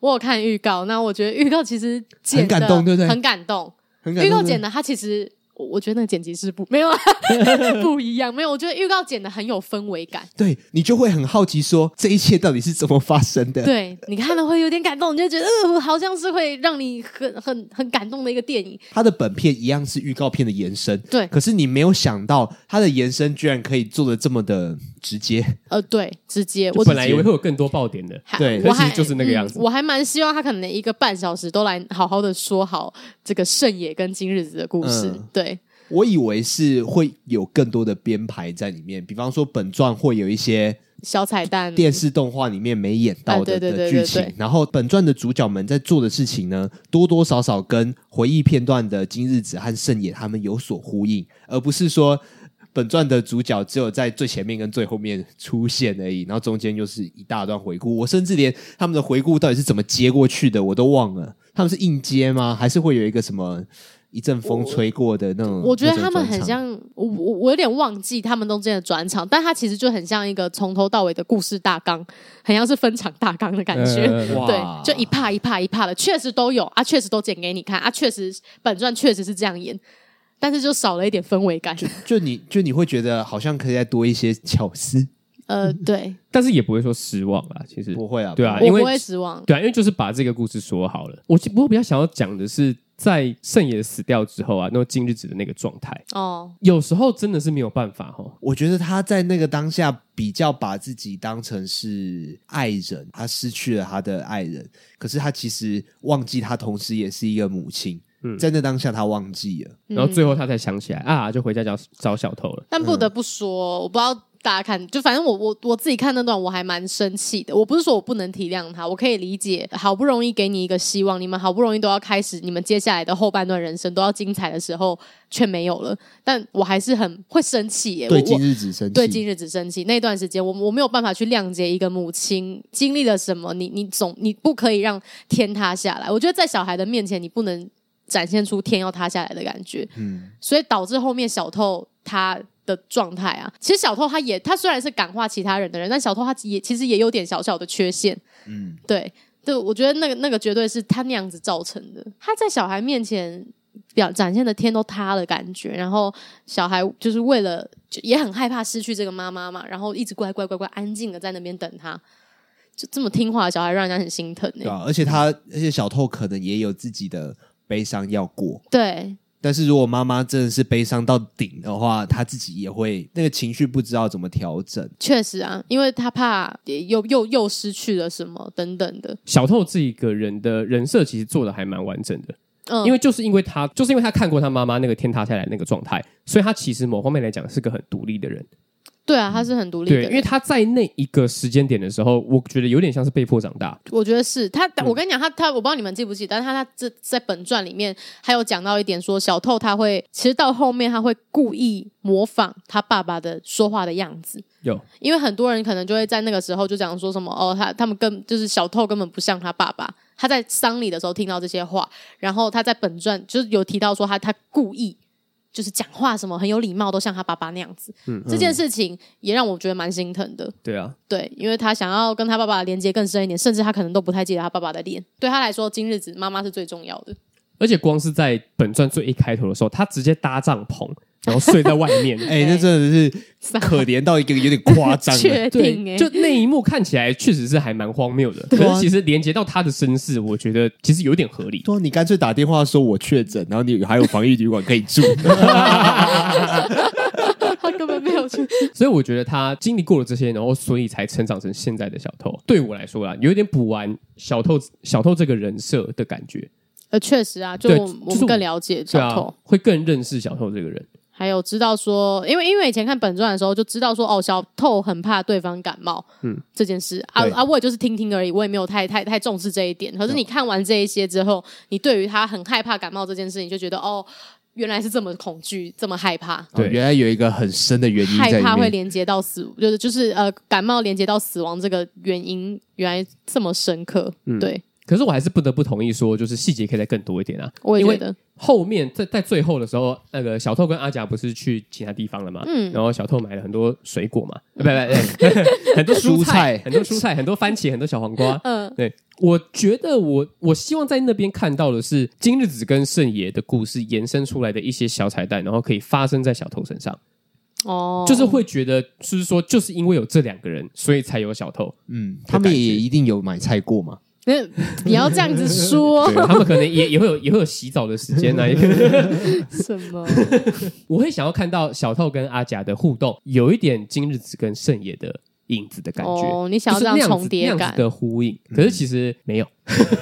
Speaker 1: 我有看预告，那我觉得预告其实剪
Speaker 3: 很感
Speaker 1: 得
Speaker 3: 动对不对
Speaker 1: 很感动。
Speaker 3: 很感
Speaker 1: 预
Speaker 3: 动
Speaker 1: 告剪的，它其实我我觉得那个剪辑师不没有啊， 不一样，没有。我觉得预告剪的很有氛围感。
Speaker 3: 对你就会很好奇说这一切到底是怎么发生 的。
Speaker 1: 对你看了会有点感动，你就觉得呃，好像是会让你很很很感动的一个电影。
Speaker 3: 它的本片一样是预告片的延伸，
Speaker 1: 对
Speaker 3: 可是你没有想到它的延伸居然可以做的这么的直接，
Speaker 1: 呃，对，直接
Speaker 2: 就
Speaker 1: 我
Speaker 2: 本来以为会有更多爆点的，
Speaker 1: 还
Speaker 3: 对
Speaker 1: 我
Speaker 2: 可
Speaker 1: 还
Speaker 2: 惜就是那个样子
Speaker 1: 嗯我还蛮希望他可能一个半小时都来好好的说好这个圣野跟今日子的故事。
Speaker 3: 嗯
Speaker 1: 对，
Speaker 3: 我以为是会有更多的编排在里面，比方说本传会有一些
Speaker 1: 小彩蛋，
Speaker 3: 电视动画里面没演到
Speaker 1: 嗯啊对
Speaker 3: 的
Speaker 1: 对
Speaker 3: 的
Speaker 1: 对对
Speaker 3: 剧情
Speaker 1: 对，
Speaker 3: 然后本传的主角们在做的事情呢，多多少少跟回忆片段的今日子和圣野他们有所呼应，而不是说。本传的主角只有在最前面跟最后面出现而已，然后中间又是一大段回顾。我甚至连他们的回顾到底是怎么接过去的，我都忘了。他们是硬接吗？还是会有一个什么一阵风吹过的那种？
Speaker 1: 我觉得
Speaker 3: 那种
Speaker 1: 他们
Speaker 3: 转
Speaker 1: 很
Speaker 3: 场
Speaker 1: 像我，我我有点忘记他们中间的转场，但它其实就很像一个从头到尾的故事大纲，很像是分场大纲的感觉。
Speaker 2: 呃
Speaker 3: 哇
Speaker 1: 对，就一帕一帕一帕的，确实都有啊，确实都剪给你看啊，确实本传确实是这样演，但是就少了一点氛围感。
Speaker 3: 就你就你会觉得好像可以再多一些巧思，
Speaker 1: 呃，对，
Speaker 2: 但是也不会说失望啦，其实
Speaker 3: 不会啊，
Speaker 2: 对啊
Speaker 1: 我
Speaker 2: 因为
Speaker 1: 不会失望。
Speaker 2: 对啊，因为就是把这个故事说好了。我其不过比较想要讲的是，在圣爷死掉之后啊，那么今日子的那个状态，
Speaker 1: 哦，
Speaker 2: 有时候真的是没有办法哦。
Speaker 3: 我觉得他在那个当下比较把自己当成是爱人，他失去了他的爱人，可是他其实忘记他同时也是一个母亲，
Speaker 2: 嗯
Speaker 3: 在那当下他忘记了，
Speaker 2: 然后最后他才想起来啊，就回家找找小偷了。
Speaker 1: 但不得不说，我不知道大家看，就反正我我我自己看那段，我还蛮生气的。我不是说我不能体谅他，我可以理解。好不容易给你一个希望，你们好不容易都要开始你们接下来的后半段人生都要精彩的时候，却没有了。但我还是很会生气耶、我
Speaker 3: 对
Speaker 1: 我
Speaker 3: 今日子生气，
Speaker 1: 对今日只生气那段时间，我我没有办法去谅解一个母亲经历了什么，你你总你不可以让天塌下来。我觉得在小孩的面前，你不能展现出天要塌下来的感觉，
Speaker 3: 嗯，
Speaker 1: 所以导致后面小透他。的状态啊，其实小透他也，他虽然是感化其他人的人，但小透他也其实也有点小小的缺陷，
Speaker 3: 嗯，
Speaker 1: 对对，我觉得那个那个绝对是他那样子造成的。他在小孩面前表展现的天都塌了感觉，然后小孩就是为了就也很害怕失去这个妈妈嘛，然后一直乖乖乖乖安静的在那边等他，就这么听话的小孩让人家很
Speaker 2: 啊
Speaker 1: 心疼哎、
Speaker 3: 对啊，而且他而且小透可能也有自己的悲伤要过，
Speaker 1: 对
Speaker 3: 但是如果妈妈真的是悲伤到顶的话，她自己也会那个情绪不知道怎么调 整。
Speaker 1: 确实啊，因为他怕又又又失去了什么等等的，
Speaker 2: 小透这一个人的人设其实做的还蛮完整的，
Speaker 1: 嗯，
Speaker 2: 因为就是因为他就是因为他看过他妈妈那个天塌下来那个状态，所以他其实某方面来讲是个很独立的人。
Speaker 1: 对啊，他是很独立的
Speaker 2: 对，
Speaker 1: 人，
Speaker 2: 因为他在那一个时间点的时候，我觉得有点像是被迫长大。
Speaker 1: 我觉得是他，我跟你讲，他他我不知道你们记不记得，但是他他这在本传里面还有讲到一点说，小透他会其实到后面他会故意模仿他爸爸的说话的样子，
Speaker 2: 有，
Speaker 1: 因为很多人可能就会在那个时候就讲说什么哦，他他们根就是小透根本不像他爸爸。他在丧礼的时候听到这些话，然后他在本传就是有提到说他他故意就是讲话什么很有礼貌，都像他爸爸那样子。嗯，这件事情也让我觉得蛮心疼的。
Speaker 2: 对啊，
Speaker 1: 对，因为他想要跟他爸爸连接更深一点，甚至他可能都不太记得他爸爸的脸。对他来说，今日子妈妈是最重要的。
Speaker 2: 而且光是在本传最一开头的时候，他直接搭帐篷， 然后睡在外面。
Speaker 3: 哎、那真的 是可怜到一个有点夸张了。
Speaker 1: 确定
Speaker 2: 对，
Speaker 1: 哎、
Speaker 2: 就那一幕看起来确实是还蛮荒谬的，
Speaker 3: 对啊
Speaker 2: 可是其实连接到他的身世，我觉得其实有点合理。
Speaker 3: 对啊，你干脆打电话说我确诊，然后你还有防疫旅馆可以 住。
Speaker 1: 他根本没有去。
Speaker 2: 所以我觉得他经历过了这些，然后所以才成长成现在的小偷。对我来说啦，有一点补完小偷小偷这个人设的感觉，
Speaker 1: 呃，确实啊，就
Speaker 2: 对
Speaker 1: 我
Speaker 2: 就是
Speaker 1: 我们更了解
Speaker 2: 对
Speaker 1: 小
Speaker 2: 啊
Speaker 1: 偷，，
Speaker 2: 会更认识小偷这个人。
Speaker 1: 还有知道说，因为因为以前看本传的时候就知道说，哦，小透很怕对方感冒，嗯，这件事啊
Speaker 3: 对
Speaker 1: 啊，我也就是听听而已，我也没有太太太重视这一点。可
Speaker 2: 啊
Speaker 1: 是你看完这一些之后，你对于他很害怕感冒这件事情，就觉得哦，原来是这么恐惧，这么害怕。
Speaker 2: 对
Speaker 3: 哦原来有一个很深的原因在
Speaker 1: 害怕会
Speaker 3: 里面。
Speaker 1: 连接到死，就是就是呃，感冒连接到死亡这个原因，原来这么深刻。
Speaker 2: 嗯
Speaker 1: 对
Speaker 2: 可是我还是不得不同意说，就是细节可以再更多一点啊。
Speaker 1: 我也
Speaker 2: 因为
Speaker 1: 觉得，
Speaker 2: 后面在在最后的时候，那个小偷跟阿甲不是去其他地方了嘛？嗯，然后小偷买了很多水果嘛，
Speaker 1: 嗯
Speaker 2: 呃不 不不，很多蔬
Speaker 3: 蔬菜
Speaker 2: 很多蔬菜，很多番茄，很多小黄瓜。
Speaker 1: 嗯，
Speaker 2: 对，我觉得我我希望在那边看到的是今日子跟圣爷的故事延伸出来的一些小彩蛋，然后可以发生在小偷身上，
Speaker 1: 哦，
Speaker 2: 就是会觉得就是说就是因为有这两个人，所以才有小偷。
Speaker 3: 嗯，他们也一定有买菜过嘛？
Speaker 1: 那你要这样子 说
Speaker 2: 他们可能也也会有也会有洗澡的时间呢、啊也
Speaker 1: 什么？
Speaker 2: 我会想要看到小透跟阿甲的互动，有一点今日子跟圣野的影子的感觉。
Speaker 1: 哦，你想要这
Speaker 2: 就是那子
Speaker 1: 重叠
Speaker 2: 那样
Speaker 1: 感
Speaker 2: 子？的呼应，可
Speaker 3: 嗯
Speaker 2: 是其实没有，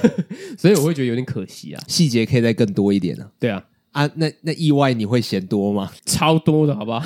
Speaker 2: 所以我会觉得有点可惜啊。
Speaker 3: 细节可以再更多一点呢、
Speaker 2: 对啊，
Speaker 3: 啊。那那意外你会嫌多吗？
Speaker 2: 超多的好 不好？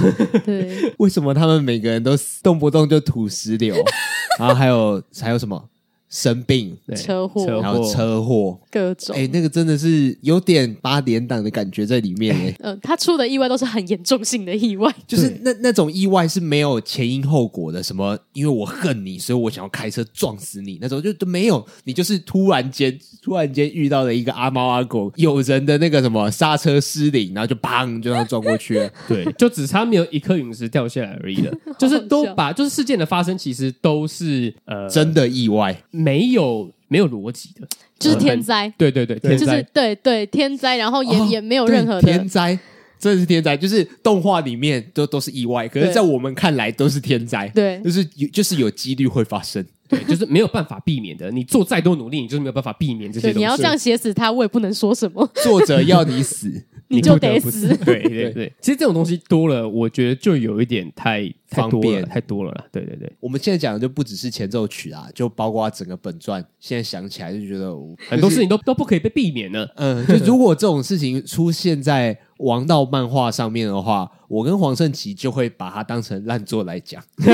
Speaker 1: 对，
Speaker 3: 为什么他们每个人都动不动就吐石榴， 然后还有还有什么生病，
Speaker 2: 对
Speaker 1: 车祸
Speaker 2: 车
Speaker 3: 然后车祸？
Speaker 1: 各种
Speaker 3: 哎、那个真的是有点八点档的感觉在里 面哎、
Speaker 1: 呃，他出的意外都是很严重性的意 外，
Speaker 3: 就是那那种意外是没有前因后果的，什么因为我恨你，所以我想要开车撞死你那种，就都没有。你就是突然间突然间遇到了一个阿猫阿狗，有人的那个什么刹车失灵，然后就砰就让他撞过去了。
Speaker 2: 对，就只差没有一颗陨石掉下来 而已了。就是都把就是事件的发生，其实都是呃
Speaker 3: 真的意外，
Speaker 2: 没有没有逻辑的。
Speaker 1: 就是天灾，
Speaker 2: 对对对，天
Speaker 1: 就是
Speaker 2: 灾。
Speaker 1: 对对天灾，然后也、
Speaker 3: 哦
Speaker 1: 也没有任何
Speaker 3: 对天
Speaker 1: 的。
Speaker 3: 灾。真的是天灾，就是动画里面都都是意外，可是，
Speaker 1: 对
Speaker 3: 在我们看来都是天灾，
Speaker 1: 对
Speaker 3: 就是有就是有几率会发生。
Speaker 2: 对，就是没有办法避免的。你做再多努力，你就是没有办法避免这些
Speaker 1: 对，
Speaker 2: 东
Speaker 1: 你
Speaker 2: 西。
Speaker 1: 要这样写死他，我也不能说什么。
Speaker 3: 作者要 你死，
Speaker 1: 你就得死
Speaker 2: 你不对对
Speaker 3: 对
Speaker 2: 对，其实这种东西多了，我觉得就有一点太太
Speaker 3: 方
Speaker 2: 多了，
Speaker 3: 便
Speaker 2: 太多了啦。对对对，
Speaker 3: 我们现在讲的就不只是前奏曲啊，就包括整个本传。现在想起来就觉得
Speaker 2: 很多事，情都都不可以被避免呢。
Speaker 3: 嗯，就如果这种事情出现在王道漫画上面的话，我跟黄圣琪就会把它当成烂作来讲。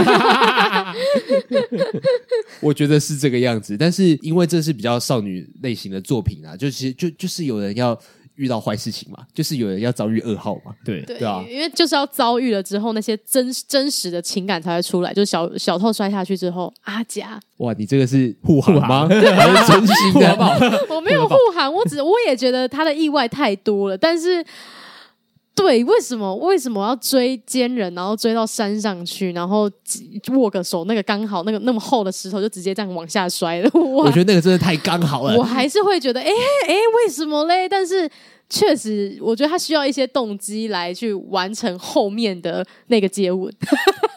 Speaker 3: 我觉得是这个样子，但是因为这是比较少女类型的作品啊，就是就就是有人要遇到坏事情嘛，就是有人要遭遇噩耗嘛。
Speaker 2: 对，
Speaker 1: 对
Speaker 3: 对啊
Speaker 1: 因为就是要遭遇了之后，那些真真实的情感才会出来。就小小透摔下去之后，阿甲，
Speaker 3: 哇，你这个是护
Speaker 2: 不
Speaker 3: 航
Speaker 2: 好
Speaker 3: 吗？还是真心的？
Speaker 1: 我没有护航，我只我也觉得他的意外太多了。但是，对，为什么为什么要追奸人，然后追到山上去，然后握个手，那个刚好那个那么厚的石头就直接这样往下摔 了。我
Speaker 3: 我觉得那个真的太刚好了
Speaker 1: 我。还是会觉得，哎、哎、为什么嘞？但是确实，我觉得他需要一些动机来去完成后面的那个接吻。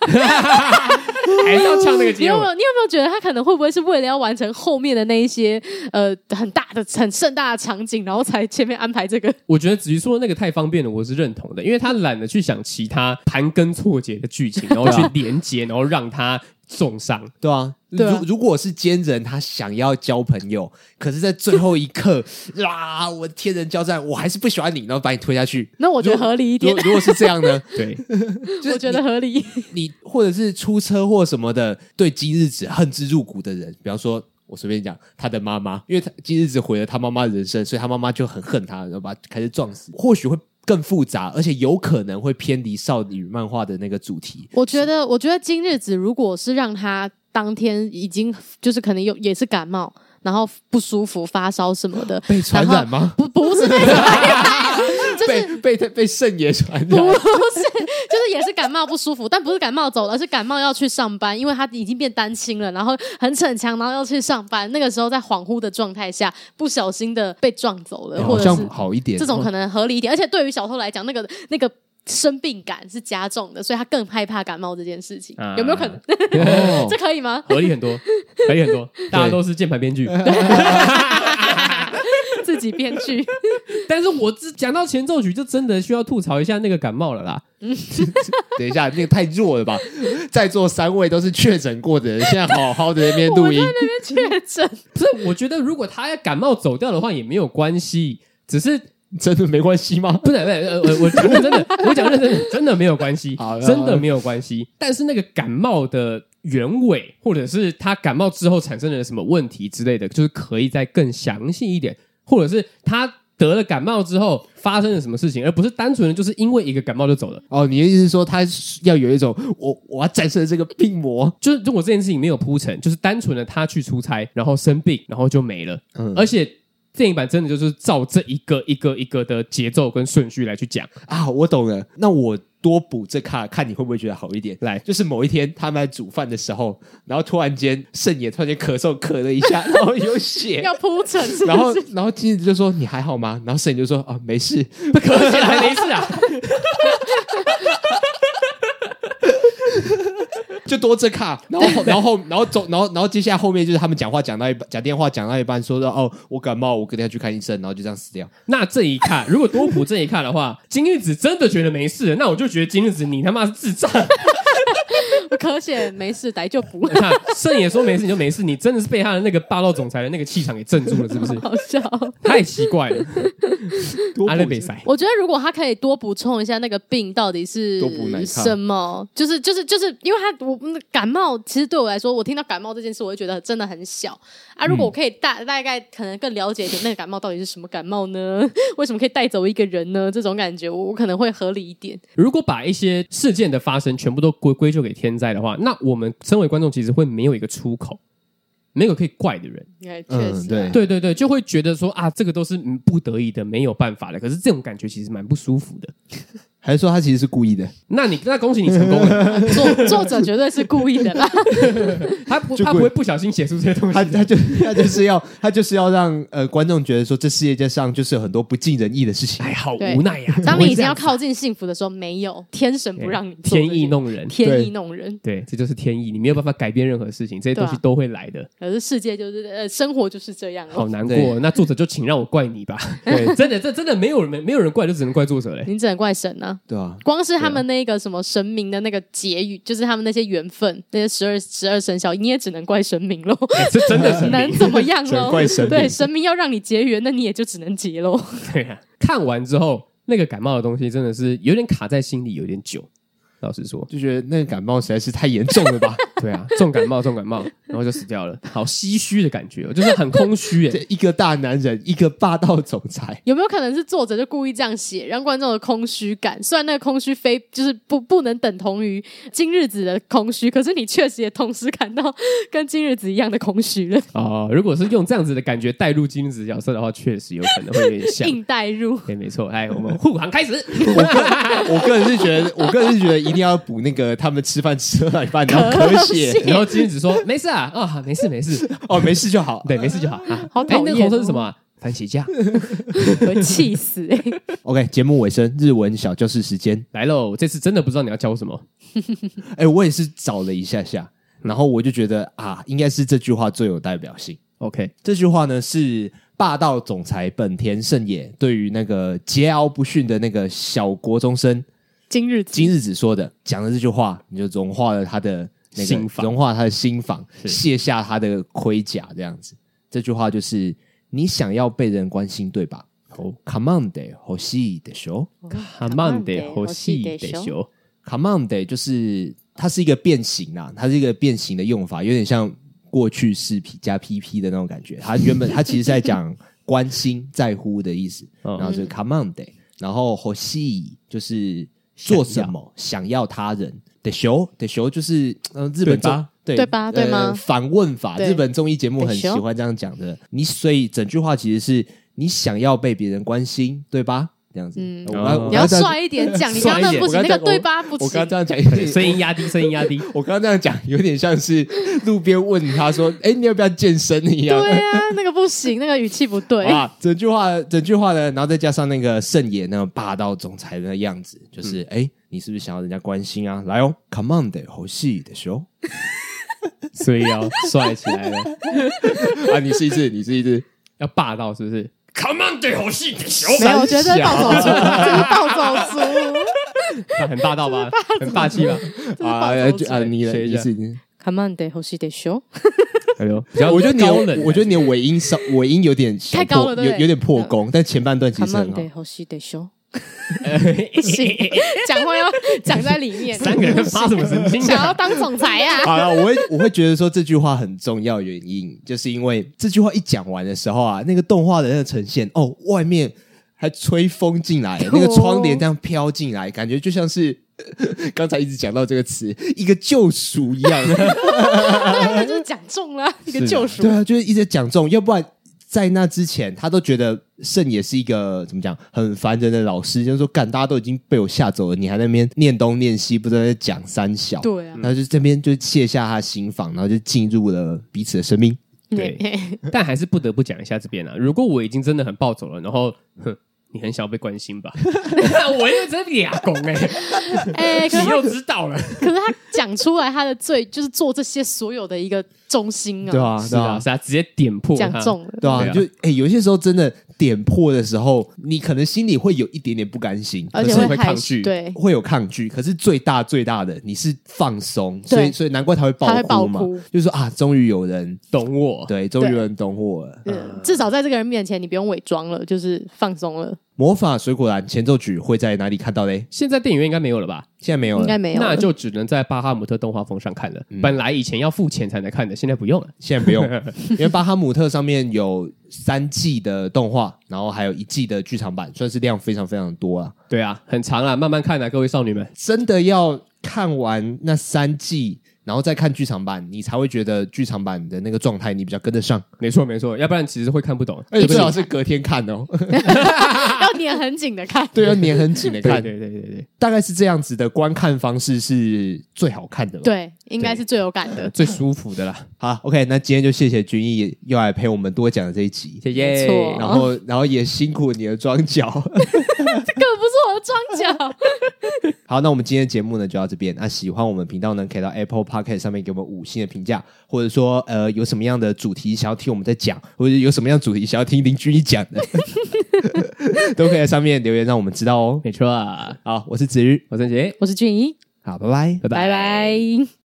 Speaker 2: 还是要唱那个
Speaker 1: 你
Speaker 2: 结
Speaker 1: 有啊
Speaker 2: 尾
Speaker 1: 没。有？你有没有觉得他可能会不会是为了要完成后面的那一些呃很大的、很盛大的场景，然后才前面安排这个？
Speaker 2: 我觉得子瑜说的那个太方便了，我是认同的，因为他懒得去想其他盘根错节的剧情，然后去连接，然后让他重伤。
Speaker 3: 对啊，
Speaker 1: 对啊
Speaker 3: 如如果是奸人，他想要交朋友，可是，在最后一刻， 啦，我天人交战，我还是不喜欢你，然后把你推下去。
Speaker 1: 那我觉得合理一
Speaker 3: 如
Speaker 1: 点，
Speaker 3: 果如果是这样 呢？
Speaker 2: 对，
Speaker 3: 就是
Speaker 1: 我觉得合理。
Speaker 3: 你你或者是出车祸什么的，对今日子恨之入骨的人，比方说，我随便讲，他的妈妈，因为他今日子毁了他妈妈的人生，所以他妈妈就很恨他，然后把他开始撞死，或许会更复杂，而且有可能会偏离少女漫画的那个主题。
Speaker 1: 我觉得，我觉得今日子如果是让他当天已经就是可能有也是感冒，然后不舒服、发烧什么的，
Speaker 3: 被传染
Speaker 1: 然后
Speaker 3: 吗？
Speaker 1: 不不是被传染， 就是
Speaker 3: 被被被圣爷传染？
Speaker 1: 不是，就是也是感冒不舒服，但不是感冒走了，而是感冒要去上班，因为他已经变单亲了，然后很逞强，然后要去上班。那个时候在恍惚的状态下，不小心的被撞走了，
Speaker 3: 欸
Speaker 1: 或
Speaker 3: 好
Speaker 1: 者
Speaker 3: 像
Speaker 1: 是
Speaker 3: 好一点，哦
Speaker 1: 这种可能合理一点。而且对于小偷来讲，那个那个生病感是加重的，所以他更害怕感冒这件事情，有没有可能？
Speaker 3: 嗯哦
Speaker 1: 这可以吗？
Speaker 2: 合理很多，合理很多，大家都是键盘编剧。
Speaker 1: 自己编剧，
Speaker 2: 但是我只讲到前奏曲，就真的需要吐槽一下那个感冒了啦。
Speaker 3: 等一下，那个太弱了吧？在座三位都是确诊过的人，现在好好的在那 边录音，
Speaker 1: 确诊
Speaker 2: 不是，我觉得如果他感冒走掉的话也没有关系，只是
Speaker 3: 真的没关系吗？
Speaker 2: 不是，不是，呃我我讲认真的，我讲认真的，真的没有关系
Speaker 3: 好，
Speaker 2: 真的没有关系。但是那个感冒的原委，或者是他感冒之后产生了什么问题之类的，就是可以再更详细一点，或者是他得了感冒之后发生了什么事情，而不是单纯的就是因为一个感冒就走了。
Speaker 3: 哦，你的意思是说他要有一种我我要战胜这个病魔？
Speaker 2: 就是就我这件事情没有铺陈，就是单纯的他去出差，然后生病，然后就没了。
Speaker 3: 嗯
Speaker 2: 而且电影版真的就是照这一个一个一个的节奏跟顺序来去 讲。
Speaker 3: 啊，我懂了。那我多补这卡，看你会不会觉得好一点。
Speaker 2: 来
Speaker 3: 就是某一天他们在煮饭的时候，然后突然间圣野突然间咳嗽咳了一下， 然后有血，
Speaker 1: 要铺陈，是
Speaker 3: 然
Speaker 1: 不
Speaker 3: 后
Speaker 1: 是？
Speaker 3: 然后金子就说你还好吗？然后圣野就说啊没事，
Speaker 2: 咳起来没事啊，
Speaker 3: 就多这卡，然后然后然后走，然后然后接下来后面就是他们讲话讲到一半，讲电话讲到一半，说到哦我感冒，我隔天要去看医生，然后就这样死掉。
Speaker 2: 那这一看，如果多补这一看的话，金日子真的觉得没事了，那我就觉得金日子你他妈是智障。
Speaker 1: 咳血没事，来就补，
Speaker 2: 那圣也说没事你就没事，你真的是被他的那个霸道总裁的那个气场给镇住了，是不是？
Speaker 1: 好笑。
Speaker 2: 太奇怪了，
Speaker 3: 多
Speaker 2: 阿勒比塞。
Speaker 1: 我觉得如果他可以多补充一下那个病到底是
Speaker 3: 多补哪一趟
Speaker 1: 什么，就是就是就是因为他我嗯感冒，其实对我来说，我听到感冒这件事，我就觉得真的很小啊。
Speaker 3: 嗯
Speaker 1: 如果我可以大大概可能更了解一点，那个感冒到底是什么感冒呢？ 为什么可以带走一个人呢？这种感觉，我我可能会合理一点。
Speaker 2: 如果把一些事件的发生全部都归归咎给天灾的话，那我们身为观众其实会没有一个出口，没有可以怪的人。
Speaker 1: 哎，确实
Speaker 3: 嗯
Speaker 1: 啊、
Speaker 3: 对
Speaker 2: 对对对，就会觉得说啊，这个都是嗯不得已的，没有办法的。可是这种感觉其实蛮不舒服的。
Speaker 3: 还是说他其实是故意的？
Speaker 2: 那你那恭喜你成功 了，
Speaker 1: 啊作作者绝对是故意的 啦，
Speaker 2: 他不
Speaker 3: 就
Speaker 2: 他
Speaker 3: 鬼
Speaker 2: 不会不小心写出这些东西
Speaker 3: 他
Speaker 2: 的。
Speaker 3: 他就他就是要他就是要让呃观众觉得说这世界上就是有很多不尽人意的事情。
Speaker 2: 哎，好
Speaker 1: 对
Speaker 2: 无奈呀、
Speaker 1: 当你已经要
Speaker 2: 怎
Speaker 1: 靠近幸福的时候，没有天神不
Speaker 2: 么会这样
Speaker 1: 让你做
Speaker 2: 天
Speaker 1: 这
Speaker 2: 意
Speaker 1: 些
Speaker 2: 弄人，
Speaker 1: 天意
Speaker 3: 对
Speaker 1: 弄人，
Speaker 2: 对，这就是天意，你没有办法改变任何事情，这些东西
Speaker 1: 对啊
Speaker 2: 都会来的，
Speaker 1: 可是世界就是呃，生活就是这样哦
Speaker 2: 好。难
Speaker 3: 对
Speaker 2: 过。那作者就请让我怪你 吧，
Speaker 3: 对
Speaker 2: 真的，这真的没有人没有人怪，就只能怪作者嘞。
Speaker 1: 你只能怪神啊！
Speaker 3: 对啊，
Speaker 1: 光是他们那个什么神明的那个结语，就是他们那些缘分，那些十二十二生肖，你也只能怪神明喽，
Speaker 2: 哎这真的是
Speaker 1: 能怎么样
Speaker 3: 只能
Speaker 1: 喽？
Speaker 3: 怪神明
Speaker 1: 对，神明要让你结缘，那你也就只能结喽。
Speaker 2: 对啊，看完之后，那个感冒的东西真的是有点卡在心里，有点久。老实说，
Speaker 3: 就觉得那个感冒实在是太严重了 吧？
Speaker 2: 对啊，重感冒，重感冒，然后就死掉了，好唏嘘的感觉哦，就是很空虚
Speaker 3: 这
Speaker 2: 哎。
Speaker 3: 一个大男人，一个霸道总裁，
Speaker 1: 有没有可能是作者就故意这样写，让观众有空虚感？虽然那个空虚非就是不不能等同于今日子的空虚，可是你确实也同时感到跟今日子一样的空虚 了，
Speaker 2: 哦，如果是用这样子的感觉带入金子角色的话，确实有可能会有点像。
Speaker 1: 硬带入。
Speaker 2: 对，没错。哎，我们护航开 始。
Speaker 3: 我个人是觉得，我个人是觉得一定要补那个他们吃饭吃到一半然后咳 血，
Speaker 2: 然后金子说：“没事啊，啊、没事没事，
Speaker 3: 哦，没事就好。
Speaker 2: 对，没事就好。啊”
Speaker 1: 好讨厌哦
Speaker 2: 哎那个红色是什么、啊？番茄酱
Speaker 1: 我会气死、欸！
Speaker 3: OK，节目尾声，日文小教室时间。
Speaker 2: 来喽！这次真的不知道你要教什么。
Speaker 3: 哎、我也是找了一下下，然后我就觉得啊，应该是这句话最有代表性。
Speaker 2: OK，
Speaker 3: 这句话呢是霸道总裁本田胜也对于那个桀骜不驯的那个小国中生
Speaker 1: 今日
Speaker 3: 今日子说的，讲的这句话，你就融化了他的那
Speaker 2: 心
Speaker 3: 个，
Speaker 2: 防
Speaker 3: 融化他的心房，
Speaker 2: 是
Speaker 3: 卸下他的盔甲，这样子。这句话就是你想要被人关心，对吧？
Speaker 2: 哦
Speaker 3: ，Come on, de, 欲しいでしょ。
Speaker 2: 哈曼得好戏得修，
Speaker 3: Come on, de 就是它是一个变形啦，它是一个变形的用法，有点像过去式 P 加 PP 的那种感觉。它原本它其实在讲关心、在乎的意思，
Speaker 2: 嗯
Speaker 3: 然后就是 Come on, de，然后欲しい就是做什么，想要他人。得修得修就是嗯、呃日本
Speaker 2: 对吧
Speaker 3: 综对
Speaker 1: 对吧对吗
Speaker 3: 呃反问法，
Speaker 1: 对
Speaker 3: 日本综艺节目很
Speaker 1: 得
Speaker 3: 喜
Speaker 1: 修
Speaker 3: 欢这样讲的。你所以整句话其实是你想要被别人关心，对吧？这样子，呃
Speaker 1: 嗯
Speaker 3: 我刚
Speaker 2: 哦
Speaker 1: 你要
Speaker 3: 我刚才
Speaker 1: 帅一点讲，你刚刚那不行，
Speaker 3: 帅一
Speaker 1: 那
Speaker 3: 点
Speaker 1: 个对吧？不
Speaker 3: 我刚
Speaker 1: 行，
Speaker 3: 这 样讲，有点
Speaker 2: 声音压低，声音 压低。
Speaker 3: 我刚刚这样讲，有点像是路边问他说：“哎、你要不要健身？”一样。
Speaker 1: 对啊，那个不行，那个语气不对。
Speaker 3: 啊，整句话，整句话呢，然后再加上那个圣野那种霸道总裁的样子，就是
Speaker 2: 嗯
Speaker 3: 哎、诶你是不是想要人家关心啊？来哦，Come on 的，好戏的时候
Speaker 2: 所以要帅起来了，
Speaker 3: 啊，你试一次，你试一次。
Speaker 2: 要霸道是不是？Come on，对好戏得修，
Speaker 1: 没有，我觉得这是
Speaker 3: 三
Speaker 1: 暴
Speaker 3: 小
Speaker 1: 走族，这是暴走族。
Speaker 2: 很霸道吧？很霸 气吧？
Speaker 3: 啊，
Speaker 1: 这是暴走
Speaker 3: 就
Speaker 1: 族
Speaker 3: 啊，你来，
Speaker 2: 学一
Speaker 3: 你
Speaker 2: 下
Speaker 3: 试一次。
Speaker 1: Come on, de h o s i d e s h o
Speaker 2: 哎呦，比较
Speaker 3: 我觉得你
Speaker 2: 高冷
Speaker 3: 的，，我觉得你的尾音稍，尾音有点小
Speaker 1: 太高
Speaker 3: 破，
Speaker 1: 了对嗯
Speaker 3: 有
Speaker 1: 不对
Speaker 3: 有点破功，但前半段其实
Speaker 1: Come
Speaker 3: 很
Speaker 1: on,
Speaker 3: 好
Speaker 1: de。h o s i d e s h o 不行，讲话要讲在里面。
Speaker 2: 三个人发什么神经
Speaker 1: 想
Speaker 2: 啊
Speaker 1: 要？当总裁啊？
Speaker 3: 好了，我会我会觉得说这句话很重要，原因就是因为这句话一讲完的时候啊，那个动画的那个呈现哦，外面还吹风进来，那个窗帘这样飘进来，感觉就像是 呃刚才一直讲到这个词，一个救赎一样。
Speaker 1: 对啊，那就是讲中了一个救赎
Speaker 3: 对。啊，就是一直讲中，要不然在那之前，他都觉得圣也是一个怎么讲很烦人的老师，就是说干，大家都已经被我吓走了，你还在那边念东念西，不知道在讲三小。
Speaker 1: 对啊
Speaker 3: 然后就这边就卸下他心防，然后就进入了彼此的生 命。
Speaker 2: 对，但还是不得不讲一下这边啊。如果我已经真的很暴走了，然后哼，你很想要被关心吧？ 我又真俩拱哎，
Speaker 1: 哎，可是
Speaker 2: 你
Speaker 1: 他
Speaker 2: 又知道了，
Speaker 1: 可是他讲出来他的最就是做这些所有的一个中心啊，
Speaker 3: 对啊，
Speaker 2: 是
Speaker 3: 对
Speaker 2: 啊，
Speaker 3: 啊，
Speaker 2: 是啊，直接点破
Speaker 1: 讲
Speaker 2: 他。
Speaker 1: 中了。
Speaker 3: 对啊，
Speaker 2: 对啊
Speaker 3: 就哎、有些时候真的点破的时候，你可能心里会有一点点不甘心，
Speaker 1: 而
Speaker 3: 可
Speaker 1: 且
Speaker 3: 是
Speaker 2: 会
Speaker 1: 害
Speaker 2: 抗拒
Speaker 1: 对，
Speaker 3: 会有抗拒，可是最大最大的你是放松，所以
Speaker 1: 对
Speaker 3: 所以难怪他会爆
Speaker 1: 他会爆
Speaker 3: 嘛
Speaker 1: 哭，
Speaker 3: 就是说啊，终于有人
Speaker 2: 懂我，
Speaker 3: 对，终于
Speaker 1: 对
Speaker 3: 有人懂我了。
Speaker 1: 嗯至少在这个人面前，你不用伪装了，就是放松了，
Speaker 3: 魔法水果篮前奏曲会在哪里看到嘞？
Speaker 2: 现在电影院应该没有了吧？
Speaker 3: 现在没有
Speaker 1: 应该
Speaker 3: 了，
Speaker 1: 没有了。
Speaker 2: 那就只能在巴哈姆特动画风上看了。本来以前要付钱才能看的，现在不用了。
Speaker 3: 现 在不用，因为巴哈姆特上面有三季的动画，然后还有一季的剧场版，算是量非常非常多啊。
Speaker 2: 对啊，很长啊，慢慢看啊，各位少女们。
Speaker 3: 真的要看完那三季，然后再看剧场版，你才会觉得剧场版的那个状态你比较跟得上。
Speaker 2: 没错没错，要不然其实会看不懂。
Speaker 1: 哎
Speaker 3: 而且最好是隔天看哦，
Speaker 1: 要粘很紧的看，
Speaker 3: 对，要粘很紧的
Speaker 2: 对
Speaker 3: 看，
Speaker 2: 对对对对，
Speaker 3: 大概是这样子的观看方式是最好看的吧。
Speaker 1: 对，应该是最有感的。
Speaker 2: 最舒服的啦。
Speaker 3: 好，OK，那今天就谢谢君毅又来陪我们多讲这一集，
Speaker 2: 谢
Speaker 1: 没
Speaker 2: 谢。
Speaker 1: 错
Speaker 3: 然后然后也辛苦你的装脚。
Speaker 1: 根本不是我的装脚，
Speaker 3: 好，那我们今天的节目呢就到这边。那喜欢我们频道呢，可以到 Apple Podcast 上面给我们五星的评价，或者说呃有什么样的主题想要听我们在讲，或者有什么样的主题想要听林居一讲的， 都可以在上面留言让我们知道哦。
Speaker 2: 没错啊，
Speaker 3: 好，我是子瑜，
Speaker 2: 我是杰，
Speaker 1: 我是俊一，
Speaker 3: 好，拜拜。
Speaker 2: 拜拜。
Speaker 1: 拜拜。